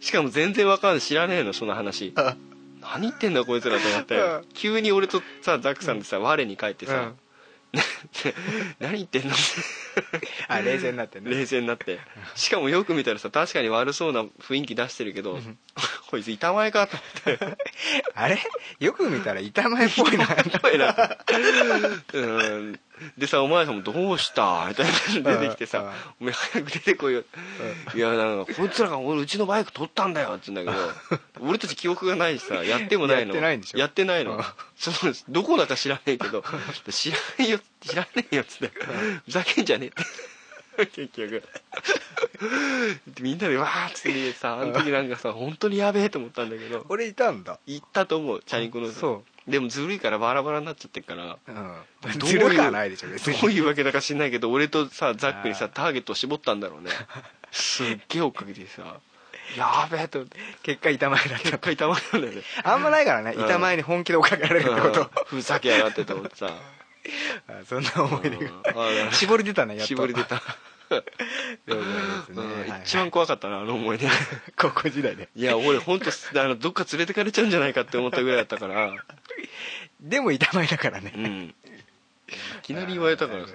C: しかも全然わかんない知らねえのその 話
D: あ
C: 何言ってんだこいつらと思って
D: うん
C: 急に俺とさザックさんでさ我に返って
D: う
C: さ
D: ん
C: 「 何言ってんの?」
D: あ冷静になってね
C: 冷静になってしかもよく見たらさ確かに悪そうな雰囲気出してるけど こいつ板前かと思って
D: あれよく見たら板前っ ぽいな
C: 声いなうんでさお前さんも「どうした?」みたいなの出てきて
D: うん
C: さ「お前早く出てこいよ」いやなんかこいつらが俺うちのバイク取ったんだよ」って言うんだけど俺たち記憶がないしさやってもないの
D: やってないんでしょ
C: やってないの
D: うん
C: そうですどこだか知らねえけど「知らないよ知らねえよ」っつって「ふざけんじゃねえ」って結局でみんなでわーっつってさあの時なんかさ本当にやべえと思ったんだけど
D: 俺いたんだ
C: 行ったと思うチャリンコの
D: そ
C: でもずるいからバラバラになっちゃってるから
D: う
C: どういう
D: ずるくはないでしょ別
C: どう
D: に
C: いうわけだか知んないけ ど俺とさザックに
D: あ
C: さ
D: ー
C: ターゲットを絞ったんだろう ねすっげえ追っかけてさやべえと思って
D: 結果板前だった
C: 結果痛まるん だよね
D: あんまないからね
C: うん
D: 板前に本気で追っかけられるってこと
C: うん ふざけやがってと思ってさ
D: あそんな思い出
C: うん
D: が
C: あら
D: 絞り出たねやっと
C: 絞り出 た、
D: ということ
C: う
D: でですね
C: ん
D: はい
C: 一番怖かったなあの思 い出い
D: 高校時代で
C: や俺本当あのどっか連れてかれちゃうんじゃないかって思ったぐらいだったから
D: でも板前だから
C: う
D: ね
C: んいきなり言われたからさ「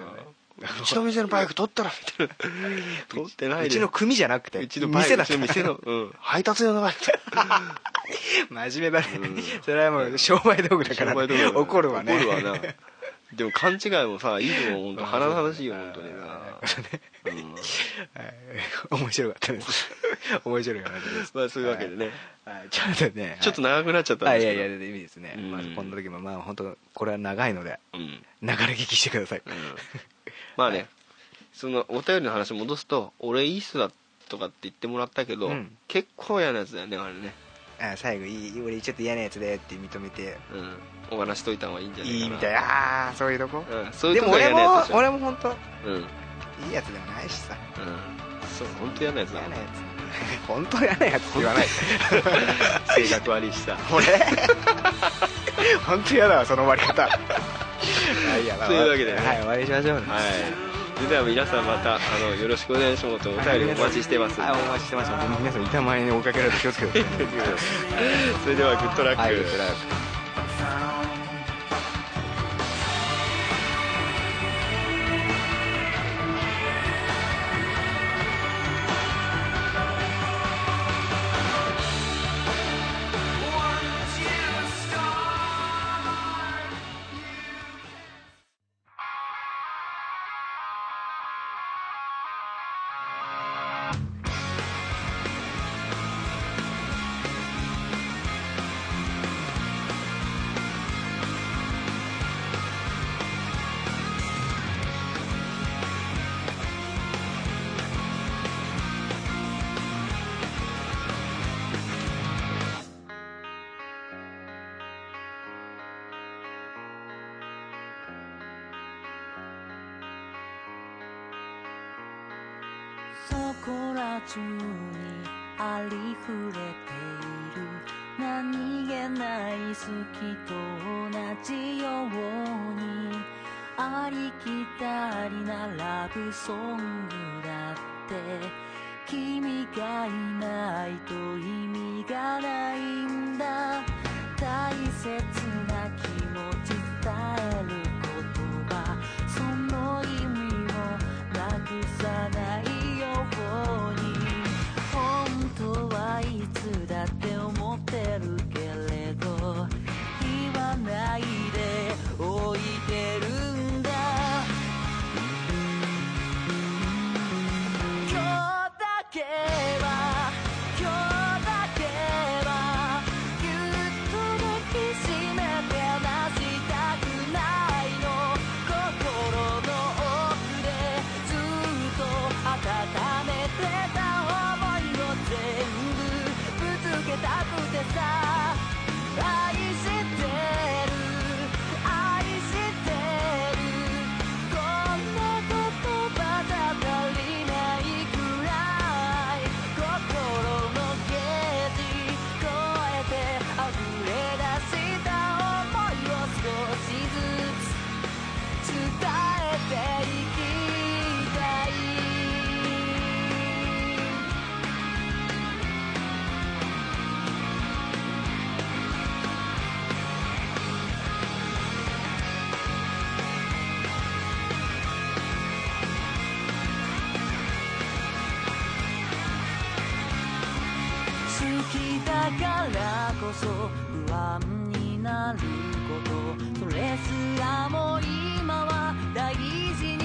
C: うちの店のバイク取ったら」みたいな「取ってないうで
D: ちの組じゃなくて
C: うちのバイク
D: 店だ
C: う
D: っ
C: ち
D: た
C: の店の、うん、配達用のバイク
D: 真面目だね
C: うん
D: それはもう商売道具だから
C: 商売道具だね
D: 怒るわね
C: 怒るわなでも勘違いもさいいと思う本当腹の話よ本当になうん
D: はい面白かっ たです面白い話です
C: まあそういうわけでね
D: はいちょっとねはい
C: ちょっと長くなっちゃったん
D: あ
C: で
D: い
C: す
D: や
C: け
D: い
C: ど
D: やいいですね、
C: うん
D: まあ、こんな時もまあ本当これは長いので
C: うん
D: 流れ聞きしてください、
C: うんまあねそのお便りの話戻すと俺いい人だとかって言ってもらったけど
D: うん
C: 結構嫌なやつだよねあれね
D: あ最後いい俺ちょっと嫌なやつでって認めて
C: うん終わらしといた方がいいんじゃないかない
D: いみたいなあーそういうとこ、
C: うんそうい
D: で
C: うと
D: も
C: こが
D: 俺
C: 嫌な
D: も
C: やつでしょ
D: 俺も本当
C: うんうん
D: いいやつでもないしさ
C: そう本当嫌なやつだ
D: 嫌なやつ本当嫌なやつって言わない
C: 性格悪いしさ
D: 俺本当嫌だわその終わり方はいやな
C: というわけでね
D: はい終わりにしましょうね
C: はい、それでは皆さんまたあのよろしくお願いしますお便りお待ちしてますんで、
D: はいお待ちしてます本当に皆さん板前に追いかけられて気をつけてくだ さい
C: それではグッドラック、
D: はいこちら
B: 「そこら中にありふれている何気ない好きと同じようにありきたりなラブソングだって君がいないと意味がないんだ大切な気持ち伝える言葉その意味をなくさないように本当はいつだって思ってるけれど言わないでおいてるんだ今日だけは今日だけはぎゅっと抱きしめて離したくないの心の奥でずっと温めてた想いを全部ぶつけたくてさ愛してる愛してる「こんな言葉じゃ足りないくらい」「心のゲージ超えて溢れ出した想いを少しずつ伝えていきたい」好きだからこそ不安になることそれすらも今は大事に